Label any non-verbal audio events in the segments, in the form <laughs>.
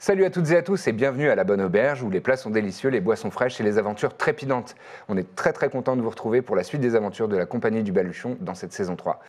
Salut à toutes et à tous et bienvenue à la Bonne Auberge où les plats sont délicieux, les boissons fraîches et les aventures trépidantes. On est très très content de vous retrouver pour la suite des aventures de la compagnie du Baluchon dans cette saison 3.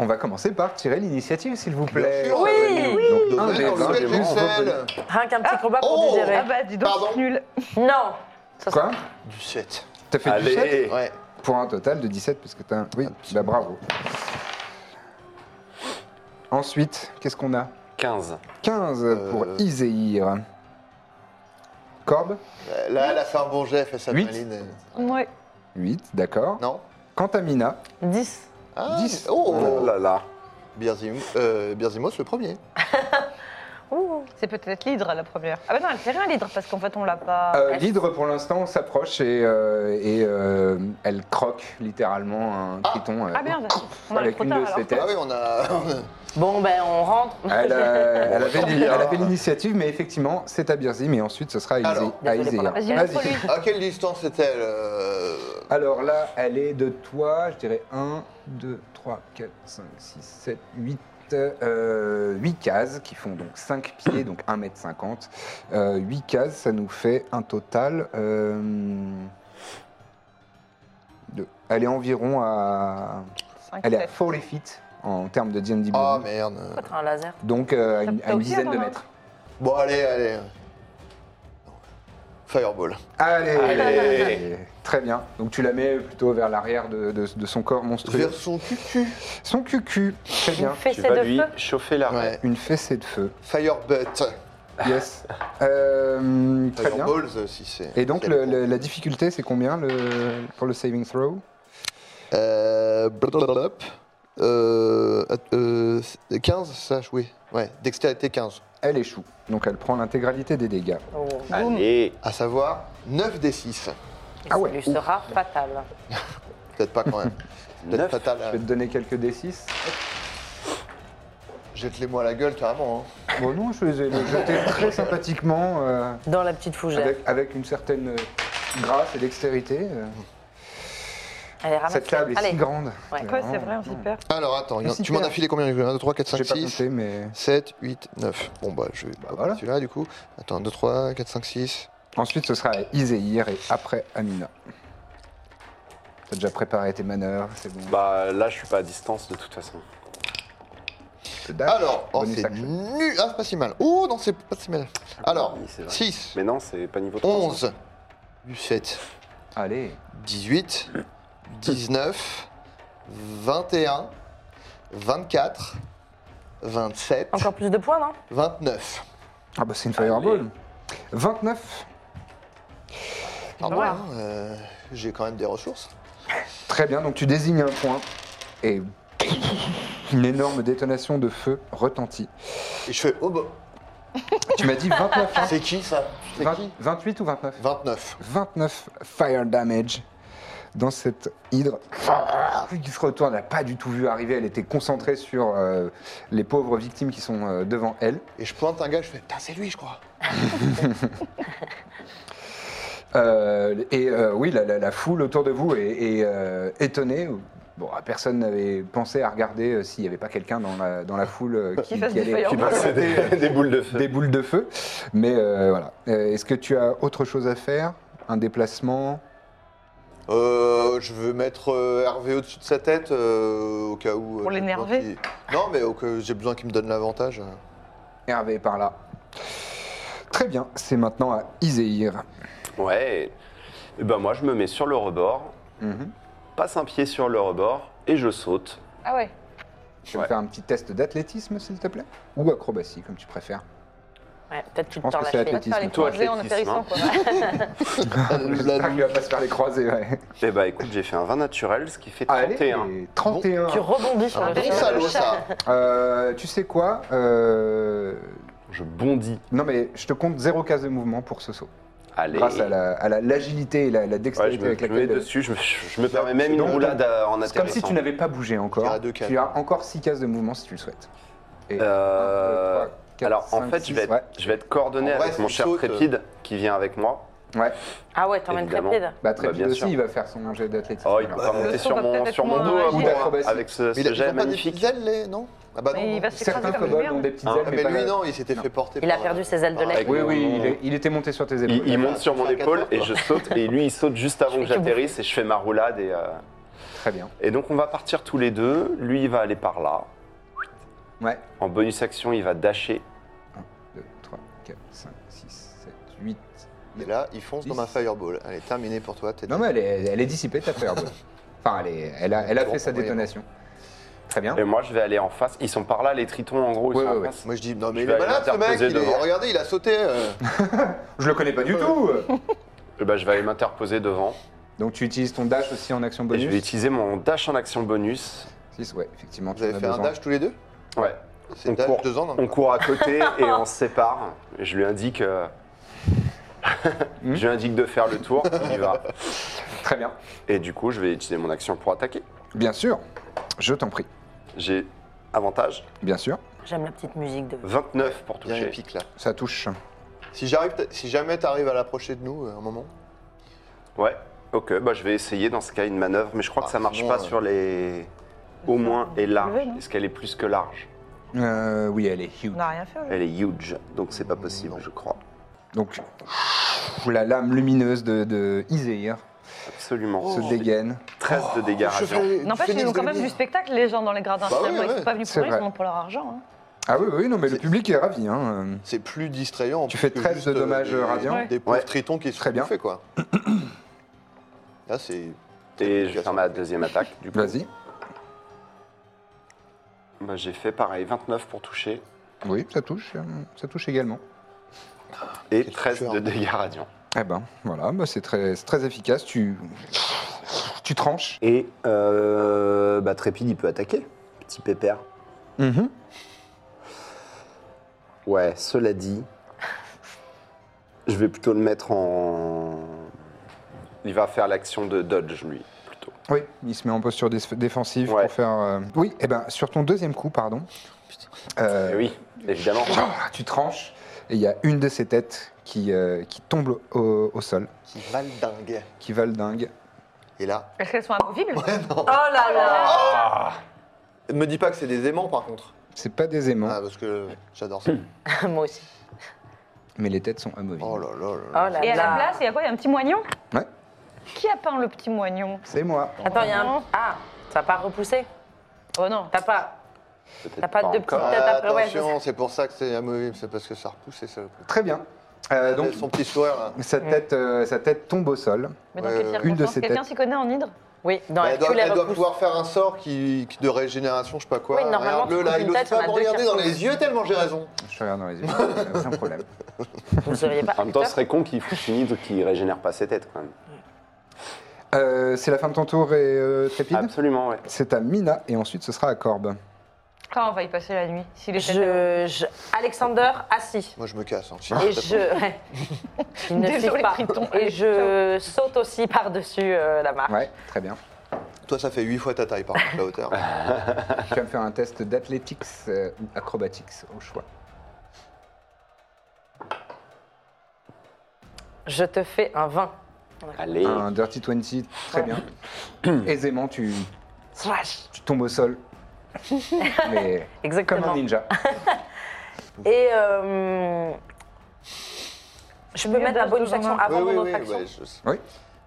On va commencer par tirer l'initiative s'il vous plaît. Bien sûr, Oui, ça va être oui. nul. Donc, Ah, mais Donald, on non, lui met mais du bon, on va sel. Rien qu'un petit combat pour oh digérer. Ah bah dis donc, Pardon c'est nul. Non. Ça Quoi Du 7. T'as fait 17 Ouais. Pour un total de 17 parce que t'as un... Oui, bah bravo. Ensuite, qu'est-ce qu'on a 15. 15 pour Euh. Iséir. Corbe Là, elle a fait un bon jet, elle fait sa Huit. maline. Ouais. 8, d'accord. Non Cantamina, sert. 10. Ah, 10. Oh Oh là là. Birzim, euh, Birzimos le premier. Ouh, c'est peut-être l'hydre la première. Ah bah non, elle fait rien l'hydre parce qu'en fait on l'a pas. Ah, Euh, L'hydre, pour l'instant, s'approche et, euh, et, euh, elle croque littéralement un triton. euh, Ah merde, on arrive Avec trop une tard de alors. Ah ses têtes. Ah oui, on a. on a- Bon, ben on rentre. Elle, euh, elle Bon, avait, tant pis, elle alors. avait l'initiative, mais effectivement, c'est à Birzim et ensuite ce sera à Isé- Alors. à hein. Désolée pour la- Iséir. Vas-y, montre-lui. À quelle distance est-elle euh, Alors là, elle est de toi, je dirais 1, 2, 3, 4, 5, 6, 7, 8. 8 euh, cases qui font donc 5 pieds, donc 1m50. 8 Euh, cases, ça nous fait un total euh, de. Elle est environ à. Cinq, Elle est à sept. 40 feet en termes de DD. Ah Blue. merde. Un laser. Donc euh, à une, à une T'as aussi un dizaine de moment mètres. Bon, allez, allez. Fireball. Allez, Allez. Très bien. Donc tu la mets plutôt vers l'arrière de, de- de son corps monstrueux. Vers son cul-cul. Son cucu. Très bien. Une fessée Tu de vas lui feu. chauffer la Ouais. Une fessée de feu. Firebutt. Yes. Euh, très bien. Fireballs, euh, si c'est. Et donc, si le- elle le- la difficulté, c'est combien le, pour le saving throw prend. Euh. blablabla. Euh, euh, 15, ça, oui. Ouais, dextérité 15. Elle échoue. Donc, elle prend l'intégralité des dégâts. Oh, Allez. À savoir 9 des 6. et Ah ça ouais. lui sera fatal. <laughs> Peut-être pas quand même. Peut-être Neuf. fatal. Je vais te hein. donner quelques D6. Jette-les-moi à la gueule carrément. hein. Bon, non, je les ai les jetés très sympathiquement, euh, Dans la petite fougère. avec, avec une certaine euh, grâce et dextérité. euh. Allez, ramasse. Cette table est Ah, Allez. si grande. Ouais. Ouais, c'est vrai, on s'y perd. Alors attends, Merci, tu m'en as Pierre. filé combien 1, 2, 3, 4, J'ai 5, pas 6, compté, mais. 7, 8, 9. Bon bah je vais pas voilà. celui-là du coup. Attends, 2, 3, 4, 5, 6. Ensuite, ce sera à Iséir et après Amina. T'as déjà préparé tes manœuvres, c'est bon. Bah là, je suis pas à distance de toute façon. Le dash, Alors, oh, bonus c'est action. nul. Ah, c'est pas si mal. Oh non, c'est pas si mal. Alors, oui, c'est vrai. 6, Mais non, c'est pas niveau 3. 11, 7, Allez. 18, 19, 21, 24, 27, Encore plus de points, non 29. Ah bah c'est une fireball. 29. Pas pas mal, mal. hein, euh, J'ai quand même des ressources. Très bien, donc tu désignes un point et <laughs> une énorme détonation de feu retentit. Et je fais, oh bah, Tu m'as dit 29, hein c'est qui ça <laughs> C'est Vingt- qui 28 ou 29 29. 29 fire damage dans cette hydre qui se retourne. Elle n'a pas du tout vu arriver, elle était concentrée sur euh, les pauvres victimes qui sont euh, devant elle. Et je plante un gars, je fais, putain, c'est lui, je crois. Euh, et euh, oui, la, la- la foule autour de vous est, est, euh, étonnée, Bon, ah, personne n'avait pensé à regarder euh, s'il n'y avait pas quelqu'un dans la, dans la foule euh, <laughs> qui, fasse du allait feu. Qui passe Eh <laughs> ben, des, des boules de feu. des boules de feu. Mais euh, voilà. Euh, Est-ce que tu as autre chose à faire Un déplacement Euh, je veux mettre euh, Hervé au-dessus de sa tête euh, au cas où. euh, Pour j'ai besoin l'énerver. qu'il- Non, mais au cas où j'ai besoin qu'il me donne l'avantage. Hervé est par là. Très bien, c'est maintenant à Iséir. Ouais. Et ben moi, je me mets sur le rebord, Mhm. passe un pied sur le rebord et je saute. Ah ouais. Tu veux Ouais. faire un petit test d'athlétisme, s'il te plaît Ou acrobatie, comme tu préfères. Ouais, peut-être tu pense te tords que la c'est cheville. Pas de faire les Athlétisme. Toi, croisés en athlétisme, atterrissant, <laughs> quoi. J'espère qu'il va pas se faire les croiser, ouais. Eh ben écoute, j'ai fait un 20 naturel, ce qui fait Allez, 31. 31. Tu rebondis sur Un le bon sol. salaud, ça. Euh, tu sais quoi Euh, Je bondis. Non, mais je te compte zéro case de mouvement pour ce saut. Allez. Grâce à la- à la- l'agilité la, et la, la Ouais, je dextérité me, avec je me mets laquelle. dessus, je me, je me permets même c'est une donc- roulade à- en C'est comme si atterrissant. tu n'avais pas bougé encore. Il y a deux cases. Tu as encore 6 cases de mouvement si tu le souhaites. Et Euh, un, deux, trois, quatre, Alors en cinq, fait, six, je vais, être- ouais. je vais être coordonné En vrai, avec mon c'est cher euh. saute. Trépide qui vient avec moi. Ouais. Ah ouais, t'emmènes Évidemment. Trépide. Bah, très Bah, bien bien aussi, sûr. il va faire son jet d'athlétisme. Oh, il peut alors. pas Le monter saut sur va mon, peut-être sur mon moins dos à agile. moi, Ou d'acrobatie. avec ce, Mais ce il a ils jet ont pas des magnifique. petites ailes, les Non Ah bah non. Mais il va non. Certains s'écraser comme kobolds une ont merde. des petites Hein, ailes, Ah, mais, mais pas- lui, non, il s'était fait porter. Il a par- euh, perdu ses ailes de par- lait. Oui, oui, il, est- il était monté sur tes épaules. Il, il monte sur mon Faire épaule quatre hein. et je saute et lui il saute juste avant que j'atterrisse et je fais ma roulade et, euh, Très bien. et donc on va partir tous les deux. Lui il va aller par là. Ouais. En bonus action il va dasher. 2, 3, 4, 5, 6, 7, 8. Et là, il fonce dans ma fireball. Allez, terminé pour toi. t'es- Non, mais elle est, elle est dissipée, ta peur. enfin, elle, est- elle a, elle a Bon, fait sa oui, bon. détonation. Très bien. Et moi je vais aller en face. Ils sont par là les tritons en gros ils Ouais, sont en ouais, face. Moi, je dis, non, mais Je il vais est aller malade, ce mec. l'interposer il est- devant. Regardez, il a sauté. euh. Je le connais pas du tout. Eh ben, je vais aller m'interposer devant Donc, tu utilises ton dash aussi en action et je vais bonus. utiliser mon dash en action bonus. 6, ouais, effectivement. Vous tu en avez as fait un besoin. dash tous les deux Ouais. C'est On dash court. deux ans, non On court <laughs> à côté et on se sépare. Je lui indique. euh, <laughs> je lui indique de faire le tour. Il y va. Très bien. Et du coup, je vais utiliser mon action pour attaquer. Bien sûr. Je t'en prie. J'ai avantage Bien sûr. J'aime la petite musique de. 29 pour Il y a un toucher. pic là. Ça touche. Si, j'arrive, t- si jamais t'arrives à l'approcher de nous, euh, un moment. Ouais. Ok. Bah, je vais essayer dans ce cas une manœuvre, mais je crois Ah, que ça marche sinon, pas euh, sur les. Au moins est Levé, large. non Est-ce qu'elle est plus que large Euh, oui, elle est huge. On n'a rien fait. Elle est huge, donc c'est pas possible, je crois. Donc, la lame lumineuse de, de Iséir Absolument. se dégaine. 13 de dégâts Oh, radiants. N'empêche, ils ont quand même du spectacle, les gens dans les gradins. Bah oui, Finalement, Ils ouais. sont pas venus C'est pour vrai. rien, ils sont venus pour leur argent. hein. Ah oui, oui, non, mais le C'est- public est ravi. Hein. C'est plus distrayant. Tu fais que 13 de euh, dommages des- radiants. Des Ouais. pauvres Ouais. tritons qui se Très font bien. <clears throat> bouffer, quoi. Là, c'est. Et je vais faire ma deuxième attaque. Du coup, Vas-y. Bah, j'ai fait pareil, 29 pour toucher Oui, ça touche. euh, Ça touche également. et Quel 13 de tueur. dégâts radiants. Eh ben, voilà, bah, c'est très, c'est très efficace. Tu, tu tranches. Et euh, bah, Trépide, il peut attaquer. Petit pépère. Mhm. Ouais, cela dit, je vais plutôt le mettre en. Il va faire l'action de dodge, lui, plutôt. Oui, il se met en posture déf- défensive Ouais. pour faire. euh, Oui, eh ben, sur ton deuxième coup, pardon. euh, Eh oui, évidemment. Oh, ah, tu tranches et il y a une de ses têtes qui, euh, qui tombe au, au sol, Qui va le dingue. qui va le dingue. Et là. Est-ce qu'elles sont amovibles non. Oh là là Me dis pas que c'est des aimants, par contre. C'est pas des aimants, Ah, parce que j'adore Mmh. ça. Moi aussi. mais les têtes sont amovibles. Oh là là Oh là. là Et à la là. place, il y a quoi Il y a un petit moignon Ouais. Qui a peint le petit moignon C'est moi. Attends, il y a un. Ah, ça n'a pas repoussé Oh non. T'as pas. Peut-être T'as pas de encore. petite- peut-être après, ouais, attention, c'est pour ça que c'est amovible, c'est parce que ça repousse et ça. Très bien. Euh, donc, son petit sourire là. sa tête, euh, sa tête tombe au sol. Mais dans Ouais, quelle ouais, ouais. Une de circonstance ces Quelqu'un têtes. s'y connaît en hydre Oui, dans Bah, la elle doit, tu les elle doit repousses. pouvoir faire un sort qui, qui- de régénération, je sais pas quoi. Oui, normalement, Regarde-le, tu là, coupes il une n'ose tête, pas on a me deux regarder qui dans les yeux tellement j'ai raison. Je te regarde dans les yeux, euh, aucun problème. Vous seriez pas. En même temps, ce serait con qu'il fasse une hydre qui régénère pas ses têtes, quand même. Euh, c'est la fin de ton tour et euh, Trépide. Absolument, ouais. C'est à Mina et ensuite ce sera à Corbe. Quand Ah, on va y passer la nuit S'il est Je, je- Alexander assis. Moi, je me casse. hein. <laughs> Et je. <laughs> ouais. Il ne Désolé, file pas. Triton. Et je saute aussi par-dessus euh, la marche. Ouais, très bien. Toi, ça fait 8 fois ta taille, par contre, la <laughs> hauteur. tu vas me faire un test d'athlétics euh, ou acrobatics au choix. Je te fais un 20. Allez. Un Dirty 20, très bien. Aisément, tu Slash Tu tombes au <laughs> sol. Mais comme un Exactement. ninja. Et euh, je peux Mieux mettre ma de bonus deux en action un. avant oui, mon oui, autre action. ouais, je- je Oui.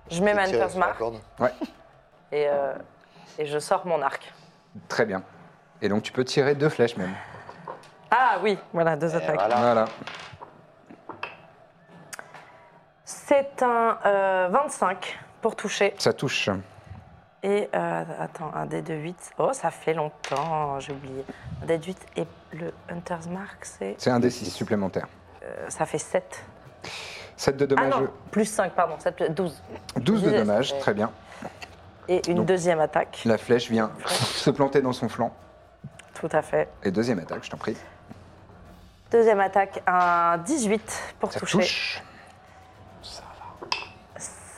Je mets tire sur la Manfer's Mark corde. et, euh, et je sors mon arc. Très bien. Et donc tu peux tirer deux flèches même. Ah oui, voilà, Eh deux attaques. Voilà. C'est un euh, 25 pour toucher. Ça touche. Et euh, attends, un dé de 8. Oh, ça fait longtemps, j'ai oublié. Un dé de 8 et le Hunter's Mark, c'est. C'est un D6 supplémentaire. euh, ça fait 7. 7 de Ah dommages. non, plus 5, pardon, 7, 12. 12 de Yes. dommages, très bien. Et une Donc- deuxième attaque. La flèche <laughs> vient se planter dans son flanc. Tout à fait. Et deuxième attaque, je t'en prie. Deuxième attaque, un 18 pour Ça toucher. touche.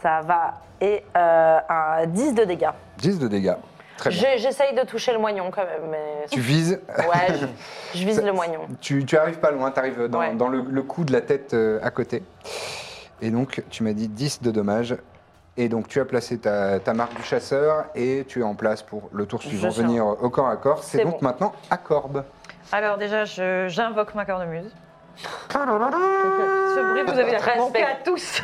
Ça va. Et euh, un 10 de dégâts. 10 de dégâts. Très bien. Je- J'essaye de toucher le moignon quand même, mais. Tu vises. <laughs> Ouais, je, je vise Ça- le moignon. Tu, tu arrives pas loin, tu arrives dans, Ouais. dans le, le coup de la tête euh, à côté. Et donc, tu m'as dit 10 de dommages. Et donc, tu as placé ta, ta marque du chasseur et tu es en place pour le tour suivant, sais. venir euh, au corps à corps. C'est C'est donc bon. maintenant à corbe. Alors déjà, je- j'invoque ma cornemuse. Ce bruit, vous <laughs> avez Respect. manqué à tous.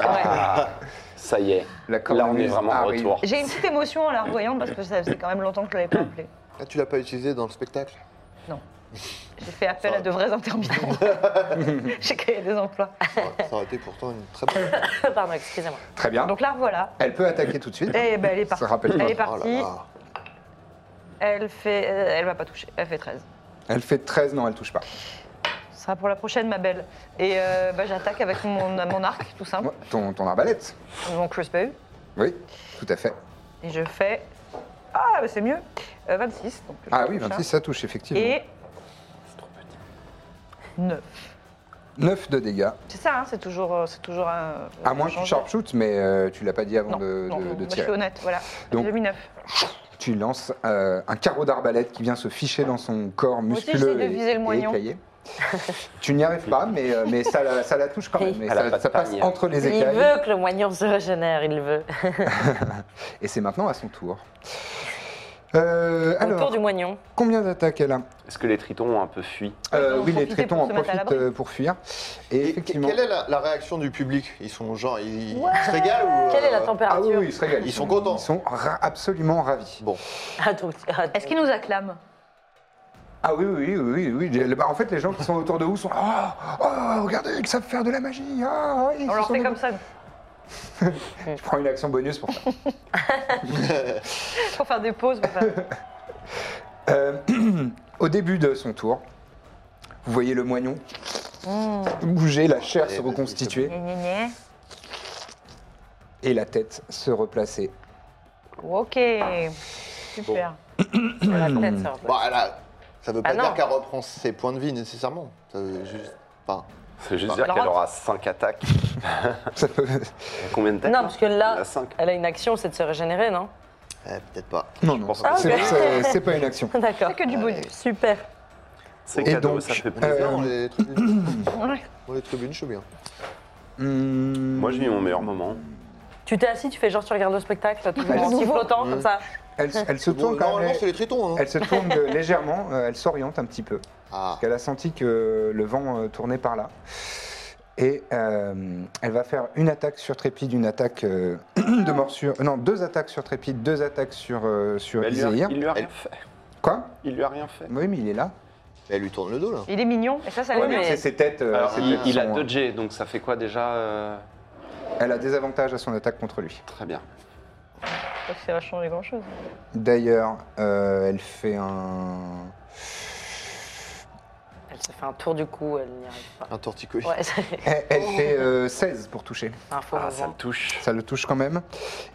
Ça y est. La Là, on est cornemuse vraiment en arrive. retour. J'ai une petite émotion en la revoyant parce que ça faisait quand même longtemps que je l'avais pas appelée. Ah, tu l'as pas utilisé dans le <laughs> spectacle J'ai fait appel à de vrais <laughs> intermittents. J'ai créé des emplois. ça, aurait- ça aurait été pourtant une <laughs> très bonne. Pardon, excusez-moi. Très bien. Donc la revoilà. Elle peut attaquer tout de suite. Et ben, elle est Ça partie. rappelle Elle est pas. Oh partie. là là. Elle fait. euh, elle m'a pas touché. Elle fait 13. Elle fait 13, non, elle touche pas. Ce sera pour la prochaine, ma belle. Et euh, bah, j'attaque avec mon, mon arc, tout simple, Ouais, Ton, ton arbalète. mon crossbow. Oui, tout à fait. Et je fais. Ah, bah, c'est mieux. Euh, 26. donc je Ah touche, oui, hein. 26, ça touche effectivement. Et. 9. 9 de dégâts. C'est ça, hein, c'est toujours, euh, c'est toujours un. À moins que tu changer. sharpshoot, mais euh, tu l'as pas dit avant Non, de, non, de- de moi, je suis tirer. honnête, voilà. Donc, J'ai mis 9. Tu lances euh, un carreau d'arbalète qui vient se ficher dans son corps aussi, musculeux j'essaie de viser et, le moignon. et écaillé. tu n'y arrives pas, mais, euh, mais ça, la- ça la touche quand même. Et Elle a ça pas de ça passe panier. entre les Il écailles. veut que le moignon se régénère, il veut. Et c'est maintenant à son tour. Euh, Autour alors, du moignon. combien d'attaques elle a Est-ce que les tritons ont un peu fui Euh, Ils ont Oui, les profité tritons pour en se mettre à profitent l'abri. euh, pour fuir. Et Et que- effectivement. quelle est la, la réaction du public Ils sont genre, ils, ils se régalent ou euh, Quelle est la Ah oui, température oui, ils se régalent. Ils sont contents. Ils sont ra- absolument ravis. Bon, Attends, attends. Est-ce qu'il nous acclame Ah oui, oui, oui, oui. oui. Bah, en fait, les gens qui sont autour de vous sont là. Oh, oh, regardez, ils savent faire de la magie. Ah, ils On se leur sont fait mis- comme ça, Je prends une action bonus pour ça. pour faire des pauses. pour faire- Euh, <clears throat> au début de son tour, vous voyez le moignon bouger, la chair Eh Allez, se ben, vas-y, reconstituer Gna, gna, gna. et la tête se replacer. Ok. Super. <coughs> la tête ça va. bon bah, elle a- ça veut pas Ah non. dire qu'elle reprend ses points de vie nécessairement. Ça veut juste. Enfin, C'est juste dire Alors, qu'elle aura 5 attaques. Ah. Ça peut- <laughs> <laughs> Combien de têtes Non, parce que Il y en là, a cinq. elle a une action, c'est de se régénérer, non eh, peut-être pas. Non, non, pense c'est que c'est- pas- c'est- c'est pas une action. D'accord. C'est que du bonus. Super. C'est Et cadeau, donc, ça fait Mais plaisir. Ah non, les tribunes, <laughs> Ouais. bon, les tribunes, je suis bien. Hmm, Moi, j'ai eu mon meilleur moment. Tu t'es assis, tu fais genre tu regardes le spectacle, tout Ouais. en petit flottant comme ça. elle, elle se Bon, tourne quand normalement, même. c'est les tritons. Hein. Elle se tourne euh, légèrement, euh, elle s'oriente un petit peu. Ah, Parce qu'elle a senti que le vent euh, tournait par là. Et euh, elle va faire une attaque sur Trépide, une attaque euh, <clears throat> de morsure. Non, deux attaques sur Trépide, deux attaques sur, euh, sur Mais elle lui a- Izehir. il lui a rien Elle- fait. Quoi Il lui a rien fait. Oui, mais il est là. elle lui tourne le dos là. Il est mignon. Et ça, ça Ouais, l'aime Ah mais- bien. C'est ses têtes. euh, Alors, ses il, têtes il a sont, euh, 2G, donc ça fait quoi déjà euh, Elle a des avantages à son attaque contre lui. Très bien. Je crois que Ça va changer grand-chose. D'ailleurs, euh, elle fait un. Elle se fait un tour du cou, elle n'y arrive pas. Un torticolis. Ouais, <laughs> c'est Elle, elle fait euh, 16 pour toucher. un faux Ah, ça le mouvement. touche. Ça le touche quand même.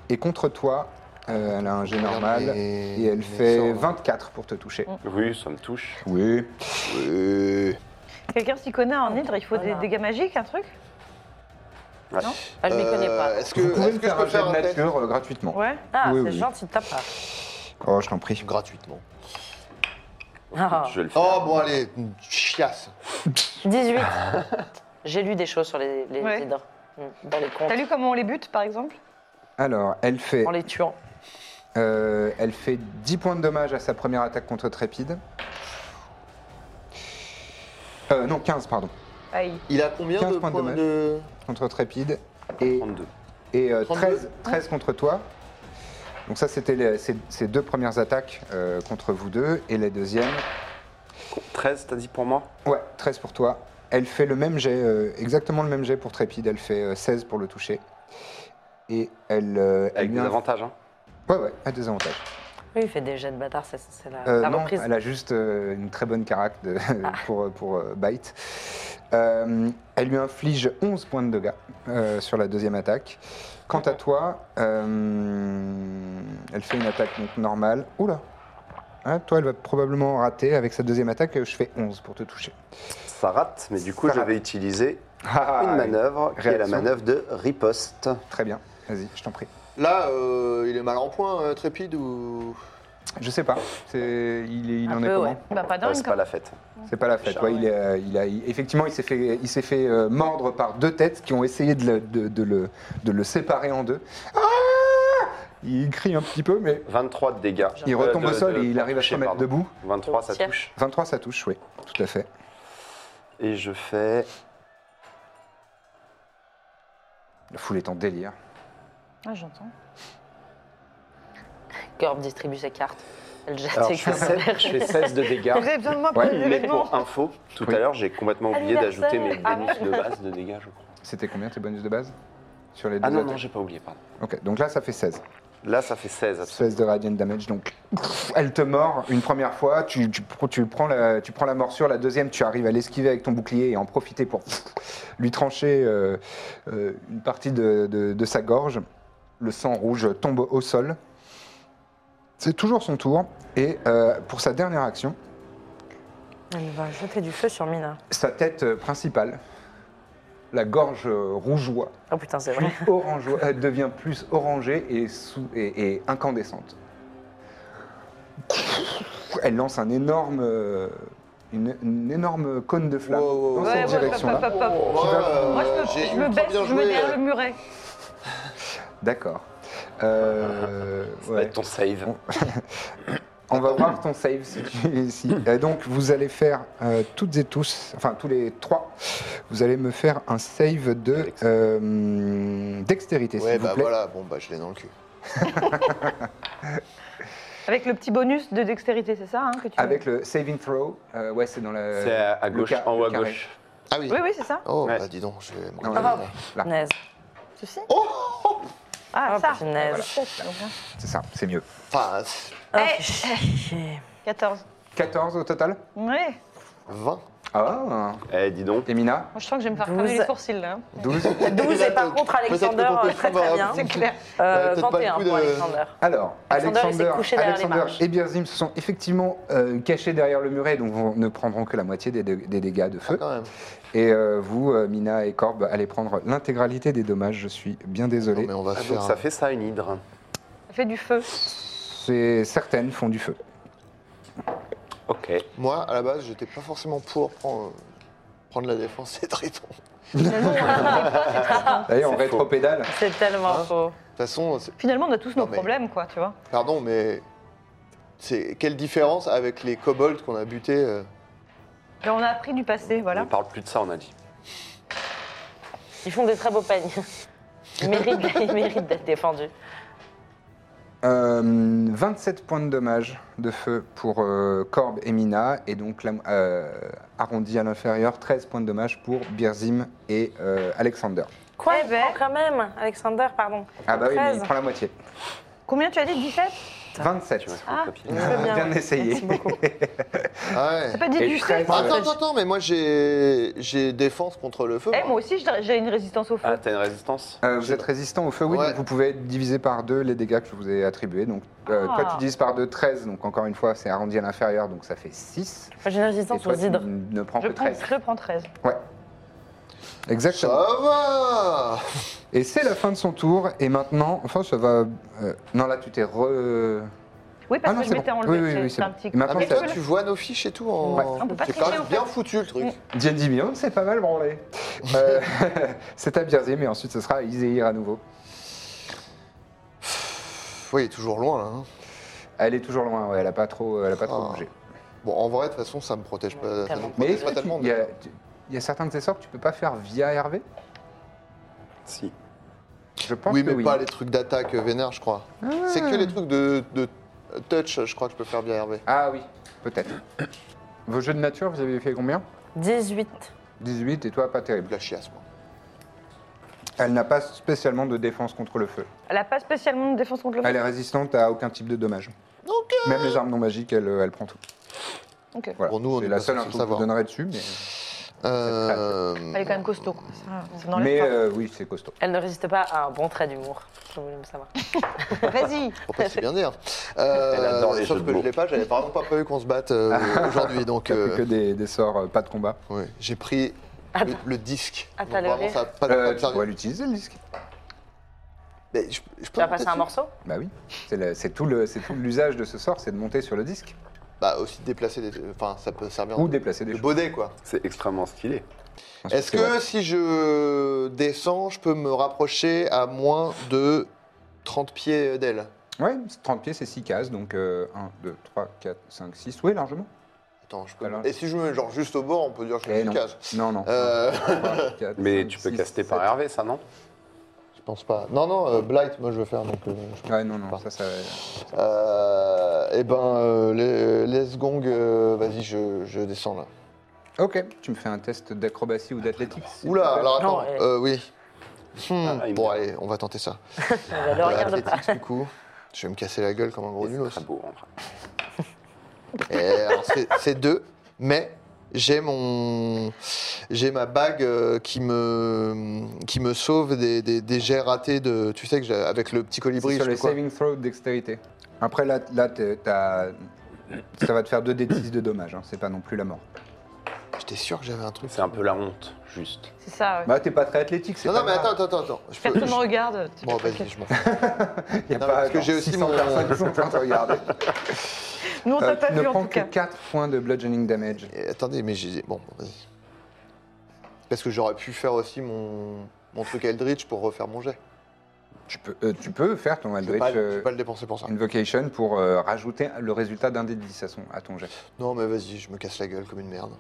Et contre toi, euh, elle a un jet normal. mais- Et elle mais fait ça, 24 pour te toucher. Oui, ça me touche. Oui. ouais. Quelqu'un s'y connaît en hydre, il faut des Voilà. dégâts magiques, un truc Ouais. Non. Ah, je m'y connais Euh, pas. Est-ce que, Vous pouvez est-ce me que je faire peux un jet faire de un test nature euh, gratuitement. Ouais. Ah, Oui, c'est oui. gentil de ta part. Oh, je t'en prie. gratuitement Ah. Je vais le faire. Oh bon allez, une chiasse. 18. <laughs> J'ai lu des choses sur les, les Ouais. hydres, mm, dans les contes, T'as lu comment on les bute, par exemple Alors, elle fait en les tuant. Euh, elle fait 10 points de dommage à sa première attaque contre Trépide. Euh, non, 15, pardon. Aïe. Il a combien 15 de points points de de. dommage. Contre Trépide. Et, 32. et euh, 32. 13, 13 contre toi. Donc ça, c'était les- ces ces deux premières attaques euh, contre vous deux. Et la deuxième, 13, t'as dit pour moi ouais, 13 pour toi. Elle fait le même jet, euh, exactement le même jet pour Trépide. Elle fait euh, 16 pour le toucher. Et elle, euh, elle Avec lui des inf- avantages, hein. Ouais, ouais, à des avantages. Oui, il fait des jets de bâtard, c'est- c'est la, Euh, la non, reprise. Ah. elle a juste euh, une très bonne carac de- <laughs> pour, pour euh, Bite. Euh, elle lui inflige 11 points de dégâts euh, sur la deuxième attaque. Quant à toi, euh, elle fait une attaque donc, normale. Oula Ah, Toi, elle va probablement rater avec sa deuxième attaque. Je fais 11 pour te toucher. Ça rate, mais du coup, Ça je rate. vais utiliser Ah, une manœuvre qui est la Réaction. manœuvre de riposte. Très bien. Vas-y, je t'en prie. Là, euh, il est mal en point, euh, Trépide ou. Je sais pas. C'est- Il, est- il Un en est peu, comment ouais. Bah, pas Euh, dingue. c'est pas la fête. C'est pas la fête. ouais, il est, euh, il a, il- effectivement, il s'est fait, il s'est fait euh, mordre par deux têtes qui ont essayé de le, de- de le- de le séparer en deux. Ah il crie un petit peu, mais 23 de dégâts. il Euh, retombe de- au sol de- et il arrive à se toucher, remettre pardon. debout. 23, ça Tiens. touche. 23, ça touche, oui, tout à fait. Et je fais. La foule est en délire. Ah, j'entends. Corbe distribue ses cartes. Elle jette Alors, ses je, fais cartes. <laughs> 16, je fais 16 de dégâts. Vous avez besoin de moi pour Ah. Ouais, les Mais événements pour info, tout Oui. à l'heure, j'ai complètement oublié d'ajouter mes Anniversaire. bonus de base de dégâts, je crois. C'était combien tes bonus de base Sur les deux Ah non, non, attaques j'ai pas oublié, pardon. Ok, donc là, ça fait 16. Là, ça fait 16. absolument. 16 de radiant damage, donc pff, elle te mord une première fois, tu, tu pr- tu prends la, tu prends la morsure, la deuxième tu arrives à l'esquiver avec ton bouclier et en profiter pour pff, lui trancher euh, euh, une partie de, de- de sa gorge. Le sang rouge tombe au sol. C'est toujours son tour, et euh, pour sa dernière action, Elle va jeter du feu sur Mina. sa tête euh, principale, la gorge euh, rougeoie, Oh putain, c'est puis <laughs> vrai. orangeoie, euh, elle devient plus orangée et, sous, et, et incandescente. Elle lance un énorme, euh, une, une énorme cône de flamme Wow, wow, dans wow. Ouais, cette ouais, direction-là. hop, hop, hop, hop. Ouais, vas- euh, Moi, je, peux- j'ai je me ultra baisse, bien je me joué, derrière euh, le muret. D'accord. Euh, Ça va ouais. être ton save. On va voir ton save si tu <laughs> si- Euh, donc vous allez faire euh, toutes et tous, enfin tous les trois, vous allez me faire un save de euh, dextérité, Ouais, s'il vous bah plaît. voilà, bon, bah je l'ai dans le cul. Avec le petit bonus de dextérité, c'est ça hein, que tu Avec le saving throw, euh, ouais c'est dans la... C'est à, à le gauche, ca- en haut le à carré. gauche. Ah oui. Oui, oui, c'est ça. Oh, Ouais. bah dis donc, je vais me Non, regarder, non, Là. là. Naze. Ceci. Oh Ah, Oh, ça. punaise. C'est ça, c'est mieux. Enfin, c'est Ah, Eh. fais chier. 14. 14 au total Ouais. Moi, 20. Ah Eh, dis donc. Emina je sens que je vais me faire Douze. cramer les sourcils, là. hein. <laughs> 12 12 et par Peut-être contre, que ton Alexander, euh, copain très va- très bien. Ah, C'est clair. Euh, peut-être pas le 21 coup pour de- Alexander. Alors, Alexander, il s'est Alexander, couché derrière les Alexander marches. et Birzim se sont effectivement euh, cachés derrière le muret, donc vont- ne prendront que la moitié des, dé- des dégâts de Ah, feu. quand même. Et euh, vous, euh, Mina et Corbe, allez prendre l'intégralité des dommages. Je suis bien Non, désolé. mais on va Ah, faire. donc ça fait ça, une hydre. Ça fait du feu. C'est certaines font du feu. Ok. Moi, à la base, j'étais pas forcément pour prendre, prendre la défense des tritons. De Ah. D'ailleurs, on C'est faux. rétropédale. C'est tellement Hein faux. toute façon, c'est- Finalement, on a tous nos Non, mais- problèmes, quoi, tu vois. pardon, mais. C'est quelle différence avec les kobolds qu'on a butés euh, Mais on a appris du passé, On voilà. ne parle plus de ça, on a dit. Ils font des très beaux <laughs> pagnes. Ils méritent, ils méritent d'être défendus. Euh, 27 points de dommages de feu pour euh, Corbe et Mina, et donc la- euh, arrondi à l'inférieur, 13 points de dommages pour Birzim et euh, Alexander. Quoi Eh ben. Oh, Quand même, Alexander, pardon. Ah bah oui, mais 13. il prend la moitié. Combien tu as dit 17 27. Tu m'as fait Ah. le papier. Très <laughs> bien. Bien essayé. Merci beaucoup. Ah ouais. T'as pas dit Et du treize. sept Bah, Attends, attends, attends, mais moi j'ai j'ai défense contre le feu. Eh, moi. moi aussi, j'ai j'ai une résistance au feu. Ah, t'as une résistance <laughs> Euh, vous êtes résistant au feu, oui, Ouais. donc vous pouvez diviser par deux les dégâts que je vous ai attribués. Donc, euh, Ah. toi, tu divises par deux 13, donc encore une fois, c'est arrondi à l'inférieur, donc ça fait 6. Moi, J'ai une Et résistance toi, aux tu hydres. n- ne prends je, que prends, 13. je prends 13. Ouais. Ça Exactement. va Et c'est la fin de son tour, et maintenant, enfin, ça va. euh, non, là, tu t'es re. Oui, parce Ah non, que je c'est m'étais bon. enlevé. Oui, oui, c'est- oui, c'est c'est un bon. petit Et maintenant, Ah, coup. mais ça- toi, tu vois nos fiches et tout en. Ouais. On peut pas C'est tricher, quand Mm. même en bien fait. foutu le truc. D&D Beyond, c'est pas mal branlé. Euh, <laughs> c'est à Birzim, mais ensuite, ce sera à Iséir à nouveau. Pff, fois, il est toujours loin, là. hein. Elle est toujours loin, ouais, elle a pas trop, elle a pas trop Ah. bougé. Bon, en vrai, de toute façon, ça me protège pas. Ça tellement. me Mais protège est-ce pas que tu- tellement. il y, a- tu- il y a certains de ces sorts que tu peux pas faire via Hervé Si. Je pense Oui, que mais oui. pas les trucs d'attaque euh, vénère, je crois. C'est que les trucs de, de touch, je crois que je peux faire bien Hervé. Ah oui, peut-être. Vos jeux de nature, vous avez fait combien 18. 18 et toi, pas De terrible. la chiasse, moi. Elle n'a pas spécialement de défense contre le feu. Elle a pas spécialement de défense contre le Elle feu. est résistante à aucun type de dommage. Même les armes non magiques, elle, euh, elle prend tout. Ok. Voilà. Pour nous, on c'est est la pas seule info censé que je vous savoir. donnerai dessus. Mais, Euh, Elle est quand même costaud. quoi. Ça, ça n'enlève mais pas. euh, oui, c'est costaud. Elle ne résiste pas à un bon trait d'humour. Je voulais le <laughs> savoir. Vas-y. Pour <laughs> pas c'est bien dire. Euh, Elle adore les sauf jeux de que mots. je l'ai pas, j'avais vraiment pas prévu qu'on se batte euh, aujourd'hui. Donc, Ah. <laughs> T'as plus euh, que des, des sorts, euh, pas de combat. ouais, j'ai pris le, le disque. Ah, Donc t'as le vraiment, rire. ça a pas, Euh, pas me tu servi. pourrais l'utiliser, le disque Mais je, je Tu peux vas monter passer un dessus morceau Bah oui. C'est le- c'est tout le- c'est tout l'usage de ce sort, c'est de monter sur le disque Bah, aussi déplacer des. Enfin, ça peut servir. ou de- déplacer des de choses. baudet, quoi. C'est extrêmement stylé. Ensuite, Est-ce c'est que vrai. si je descends, je peux me rapprocher à moins de 30 pieds d'elle Ouais, 30 pieds, c'est 6 cases, donc euh, 1, 2, 3, 4, 5, 6. Oui, largement. Attends, je peux. Alors- Et si je me mets genre juste au bord, on peut dire que je Eh me non. casse. Non, non. <laughs> Euh, Trois, quatre, <laughs> Mais cinq, tu peux six, caster sept. par Hervé, ça, non Je pense pas. Non, non, euh, Blight, moi je veux faire, donc. euh, je- Ouais, non, non, ça, ça. Euh, eh ben, euh, les, les gongs, euh, vas-y, je, je descends là. Ok, tu me fais un test d'acrobatie ou d'athlétique. s'il te Oula, plaît. alors attends, Non, eh. euh, oui. Hmm, Ah, il bon, me- allez, on va tenter ça. Ne le Euh, regarde pas. athlétique, du coup. Je vais me casser la gueule comme un gros Et C'est nulos. très beau, en vrai. Eh, alors, c'est- C'est deux, mais j'ai mon j'ai ma bague euh, qui me qui me sauve des, des, des jets ratés de tu sais que j'ai- avec le petit C'est colibri sur je le sais quoi. saving throw de dextérité. Après, là, là t'es- t'as- ça va te faire 2 d de dommages, hein, c'est pas non plus la mort. J'étais sûr que j'avais un truc. C'est un peu la honte, juste. C'est ça. ouais. Bah, t'es pas très athlétique, c'est Non pas non mais grave. attends attends attends. Je peux- Personne ne je- regarde. tu Bon fais vas-y je m'en fous. Y a Non, pas, parce que genre, j'ai aussi 600 mon- personnes qui sont en train de <laughs> regarder. quelque- Nous, on Euh, t'a tu pas ne vu, en prends tout que cas. 4 points de bludgeoning damage. Et attendez mais j'ai bon vas-y. Parce que j'aurais pu faire aussi mon mon truc Eldritch pour refaire mon jet. Tu peux, euh, tu peux faire ton Je vais Eldritch pas, je euh, vais pas le dépenser pour ça. Invocation pour euh, rajouter le résultat d'un dé de 10 à, son- à ton jet. Non mais vas-y je me casse la gueule comme une merde.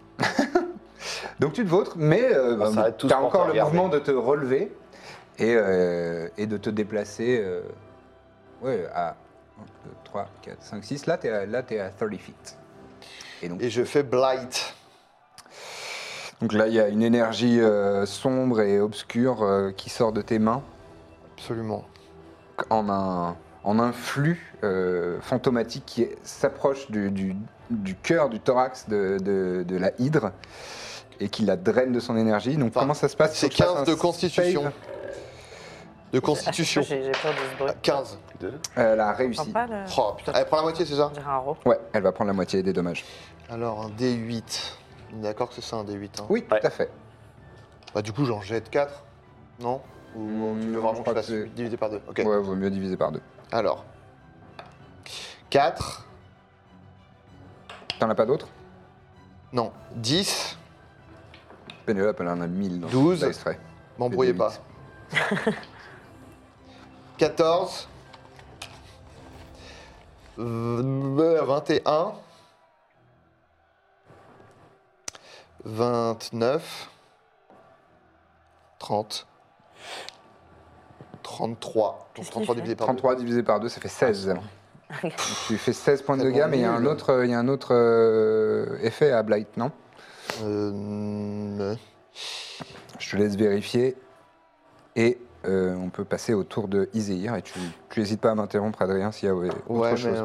Donc tu te vautres, mais euh, bah, s'arrête tous t'as pour encore te le regarder. mouvement de te relever et, euh, et de te déplacer euh, ouais, à 1, 2, 3, 4, 5, 6. Là, t'es à, là, t'es à 30 feet. Et donc, Et je fais Blight. donc là, il y a une énergie euh, sombre et obscure euh, qui sort de tes mains Absolument. en un, en un flux euh, fantomatique qui est- s'approche du, du- du cœur, du thorax de, de- de la hydre et qui la draine de son énergie. Donc Enfin, comment ça se passe C'est Faut que je fasse 15 un de constitution. save. De J'ai constitution. j'ai peur de ce bruit. 15. Deux. Elle a T'entends réussi. pas le... Oh putain, elle prend la moitié, c'est ça On dirait un rope. Ouais, elle va prendre la moitié des dommages. Alors un D8. On est d'accord que c'est ça un D8. hein Oui, Ouais. tout à fait. Bah du coup j'en jette 4. Non Mm, Ou tu non, veux je vraiment que crois je fasse que c'est- huit divisé par 2 Ok. Ouais, vaut mieux diviser par deux. Alors. 4. T'en as pas d'autres Non. 10. Pénélope, elle en a 1000 dans 12. dans l'extrait. M'embrouillez D8. pas. 14. v- 21. 29. 30. 33. Qu'est-ce Donc qu'il 33 fait divisé par 33 divisé par 2, ça fait 16. Donc tu fais 16 points de Ça dégâts, tombe mais il y a un nul. autre, il y a un autre euh, effet à Blight, non deux. Euh, ne- Je te laisse vérifier. Et euh, on peut passer au tour de Iséir. Et tu n'hésites pas à m'interrompre, Adrien, s'il y a ouais, autre Ouais, mais, chose.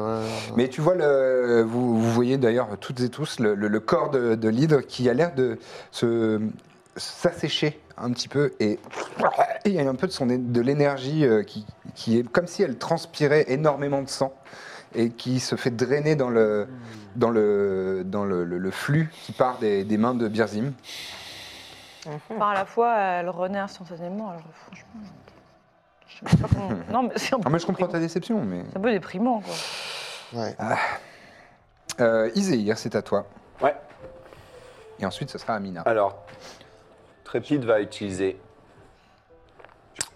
Mais, ouais. tu vois, le, vous, vous voyez d'ailleurs toutes et tous le, le- le corps de, de l'hydre qui a l'air de se s'assécher un petit peu et et il y a un peu de, son é- de l'énergie euh, qui, qui est comme si elle transpirait énormément de sang et qui se fait drainer dans le, dans le, dans le, le- le flux qui part des, des mains de Birzim. Enfin, à la fois, elle renaît instantanément. Alors, franchement. Je sais pas <laughs> comment. Non, mais c'est un peu. Ah, mais je comprends déprimant. ta déception, mais... C'est un peu déprimant, quoi. Ouais. Euh, Iséir, c'est à toi. Ouais. Et ensuite, ce sera Amina. Alors, Trépide va utiliser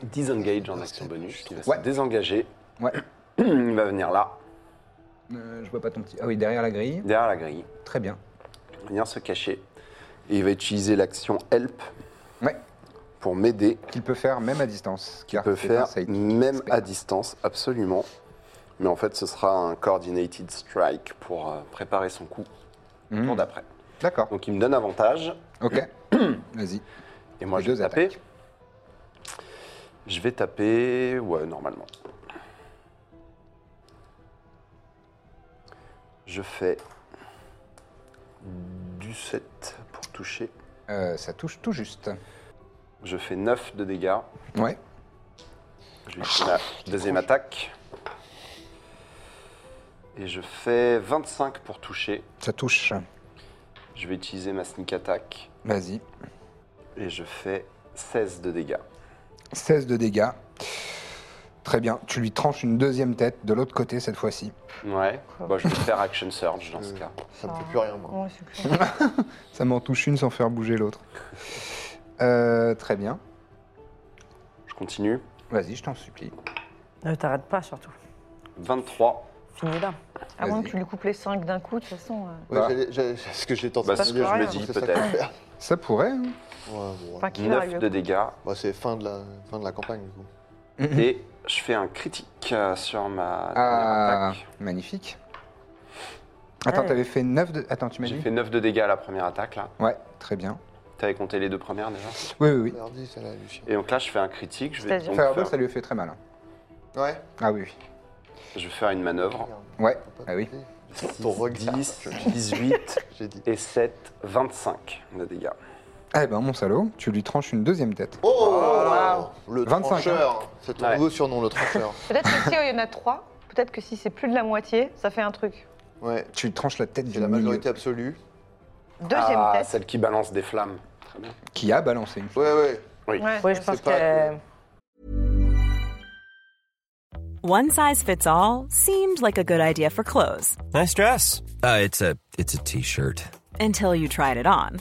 Disengage en action bonus. Il va Ouais. se désengager. Ouais. <clears throat> Il va venir là, Euh, je vois pas ton petit. Ah oui, derrière la grille. derrière la grille. Très bien. Il va venir se cacher. Et il va utiliser l'action Help Ouais. pour m'aider. Qu'il peut faire même à distance. Qu'il Il peut faire même à distance, absolument. Mais en fait, ce sera un Coordinated Strike pour euh, préparer son coup Mhm. pour d'après. D'accord. Donc il me donne avantage. Ok. <clears throat> Vas-y. Et moi, Les je vais deux taper. attaques. Je vais taper. Ouais, normalement. Je fais du 7 pour toucher. Euh, ça touche tout juste. Je fais 9 de dégâts. Ouais. Je lui fais la deuxième attaque. Et je fais 25 pour toucher. Ça touche. Je vais utiliser ma sneak attack. Vas-y. Et je fais 16 de dégâts. 16 de dégâts. Très bien. Tu lui tranches une deuxième tête de l'autre côté cette fois-ci. Ouais. Bon, Bah, je vais faire Action Surge dans ce cas. Ça me fait Ah. plus rien, moi. Ouais, <laughs> c'est clair. Ça m'en touche une sans faire bouger l'autre. Euh, très bien. Je continue. Vas-y, je t'en supplie. Ne t'arrête pas surtout. 3 Finis là. À moins que Vas-y. tu lui coupes les 5 d'un coup, de toute façon. euh, Ouais, Bah. j'allais- j'allais- c'est ce que j'ai tenté Bah, de c'est dire, ce que je me pense dis, que c'est ça peut-être. qu'on va faire. Ça pourrait. hein. Ouais, bon, ouais. Enfin, qui va 9 arriver. de dégâts Bah, c'est fin de, la, fin de la campagne, du coup. et je fais un critique euh, sur ma dernière Ah, attaque. magnifique. Attends, Ouais. t'avais fait 9 de... Attends, tu m'as J'ai dit fait 9 de dégâts à la première attaque là. Ouais, très bien. T'avais compté les deux premières déjà. Oui, oui, oui. Merdi, celle-là, Lucien. Et donc là je fais un critique, je vais, C'est-à-dire donc Fireball, faire- ça lui a fait très mal. hein. Ouais. Ah oui, oui. je vais faire une manœuvre. Ouais, Faut pas ah oui. te couper. 6, Ton regard, 10, je- 18 J'ai dit. et 7, 25 de dégâts. Eh ben, mon salaud, tu lui tranches une deuxième tête. Oh Le 25, trancheur C'est ton Ouais. nouveau surnom, le <laughs> trancheur. Peut-être que si euh, il y en a 3, peut-être que si c'est plus de la moitié, ça fait un truc. Ouais. Tu lui tranches la tête C'est du la milieu majorité absolue. Deuxième ah, tête. celle qui balance des flammes. Très bien. qui a balancé une Ouais, ouais. Ouais. Oui, je pense pas que. One size fits all seemed like a good idea for clothes Nice dress. Uh, it's a it's a t-shirt. until you tried it on.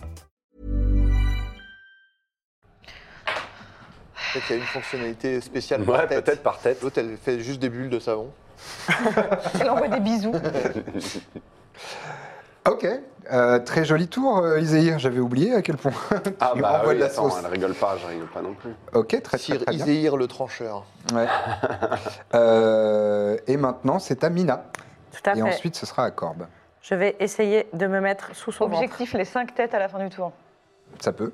Peut-être qu'il y a une fonctionnalité spéciale Ouais, par tête. peut-être par tête. L'autre, elle fait juste des bulles de savon. Elle envoie des bisous. Ok, euh, très joli tour, euh, Iséir. J'avais oublié à quel point. <laughs> tu Ah lui bah renvoies oui, de la attends, sauce. elle rigole pas, je rigole pas non plus. Ok, très, très, Sire très bien. Iséir le trancheur. <laughs> Ouais. Euh, et maintenant, c'est à Mina. Tout à Et fait. ensuite, ce sera à Corbe. Je vais essayer de me mettre sous son ventre. Objectif, les 5 têtes à la fin du tour. Ça peut.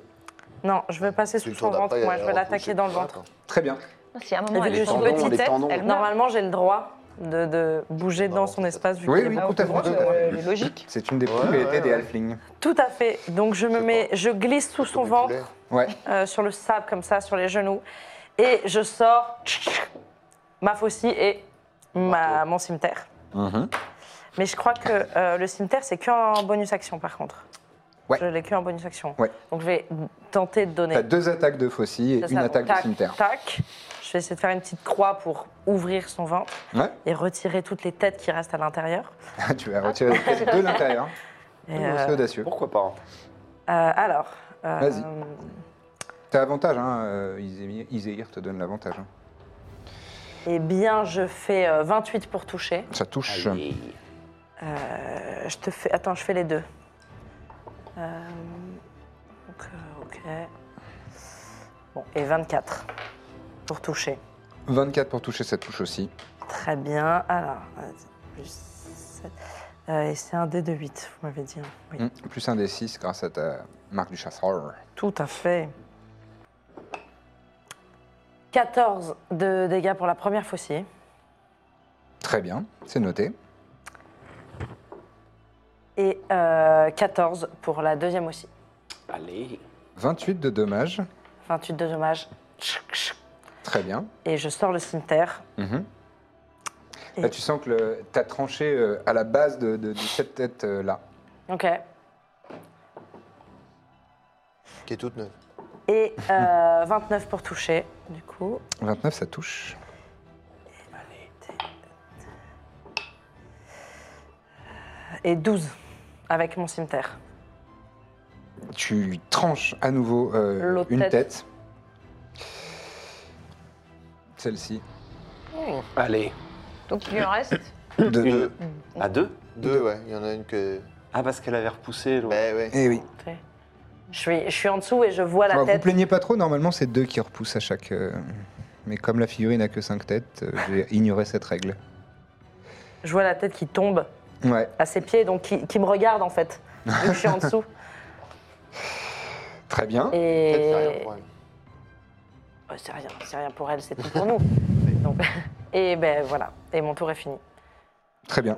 Non, je veux passer C'est sous le son tour ventre. d'après, Moi, elle je a veux repoussé l'attaquer tout dans le ça, ventre. quoi. Très bien. Si à un moment, moment, elle elle Les est est sur sur tendons, petite petite les tête, tête, tendons. elle elle Normalement, j'ai le droit de, de bouger dans son espace vu Oui, qu'il est oui, pas Ah, tout au à courant fait. de moi. C'est logique. C'est une des Ouais, propriétés ouais, des ouais. halflings. Tout à fait. Donc je me C'est mets, je glisse sous son Comme les ventre, poulets. Ouais. euh, sur le sable comme ça, sur les genoux, et je sors ma faucille et ma, mon cimetière. Mais je crois que euh, le cimetière c'est qu'en bonus action par contre. Ouais. Je l'ai que en bonus action. Ouais. Donc je vais tenter de donner. T'as deux attaques de faucilles et Ça, une ça, attaque de tac, cimetière. Tac. Je vais essayer de faire une petite croix pour ouvrir son ventre Ouais. <laughs> et retirer toutes les têtes qui restent à l'intérieur. tu vas retirer <laughs> les pièces de l'intérieur. Et, C'est euh, audacieux. Pourquoi pas euh, alors. euh, Vas-y. T'as avantage, hein. euh, Iséir Iséir te donne l'avantage. hein. Eh bien, je fais euh, 28 pour toucher. Ça touche. Allez. Euh, je te fais. Attends, je fais les deux. Euh, donc, euh, ok. Bon, et 24 pour toucher. 24 pour toucher, ça touche aussi. Très bien. Alors, euh, plus sept. Euh, et c'est un dé de 8, vous m'avez dit. hein. Oui. Mm. Plus un des 6 grâce à ta marque du chasseur. Tout à fait. 14 de dégâts pour la première faucille. Très bien, c'est noté. Et euh, 14 pour la deuxième aussi. Allez. 28 de dommages. 28 de dommages. Très bien. Et je sors le cimetière. Mhm. Et- Là, tu sens que le- t'as tranché euh, à la base de, de- de cette tête euh, là. Ok. qui est toute neuve. Et euh, 29 pour toucher, du coup. 29, ça touche. Et 12 avec mon cimetière. Tu lui tranches à nouveau euh, L'autre une tête. tête. Celle-ci. Oh. Allez. Donc il lui en reste De- de- Une. À deux Deux, ouais, il y en a une que. Ah, parce qu'elle avait repoussé. l'autre. Ben ouais. Eh oui. Je suis, je suis en dessous et je vois la Bon, vous tête. plaignez pas trop, normalement c'est deux qui repoussent à chaque. euh, Mais comme la figurine a que cinq têtes, euh, j'ai ignoré cette règle. Je vois la tête qui tombe Ouais, à ses pieds, donc qui, qui me regarde en fait. vu que je suis en <laughs> dessous. très bien. Peut-être c'est Et rien pour elle. Euh, c'est rien, c'est rien pour elle, c'est tout pour nous. Donc, <laughs> et ben voilà. Et mon tour est fini. Très bien.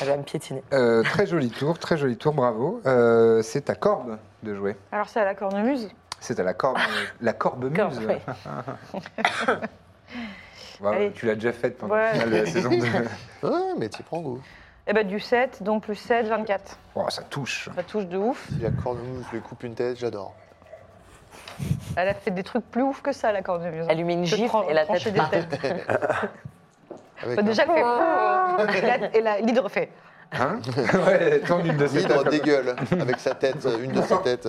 Elle va me piétiner. Euh, très joli tour, très joli tour, bravo. Euh, c'est à Corbe de jouer. Alors c'est à la cornemuse. C'est à la Corbe, euh, la Corbe Muse. Corbe, oui. <laughs> Voilà, Allez. tu l'as déjà faite pendant <laughs> Ouais. le final de la saison. de- Ouais, mais t'y prends goût. Eh ben du 7, donc plus 7, 24. Oh, ça touche. <laughs> Ça touche de ouf. Si la cornemuse lui coupe une tête, j'adore. Elle a fait des trucs plus ouf que ça, la cornemuse. Elle lui met une Je te gifle prends- et la trancher tête des part. têtes. Avec un- Bah, déjà, elle fait... Ouh et la- et la- l'hydre fait... Hein ouais, tourne une de ses <laughs> L'hydre têtes. dégueule avec sa tête, euh, une de ses têtes.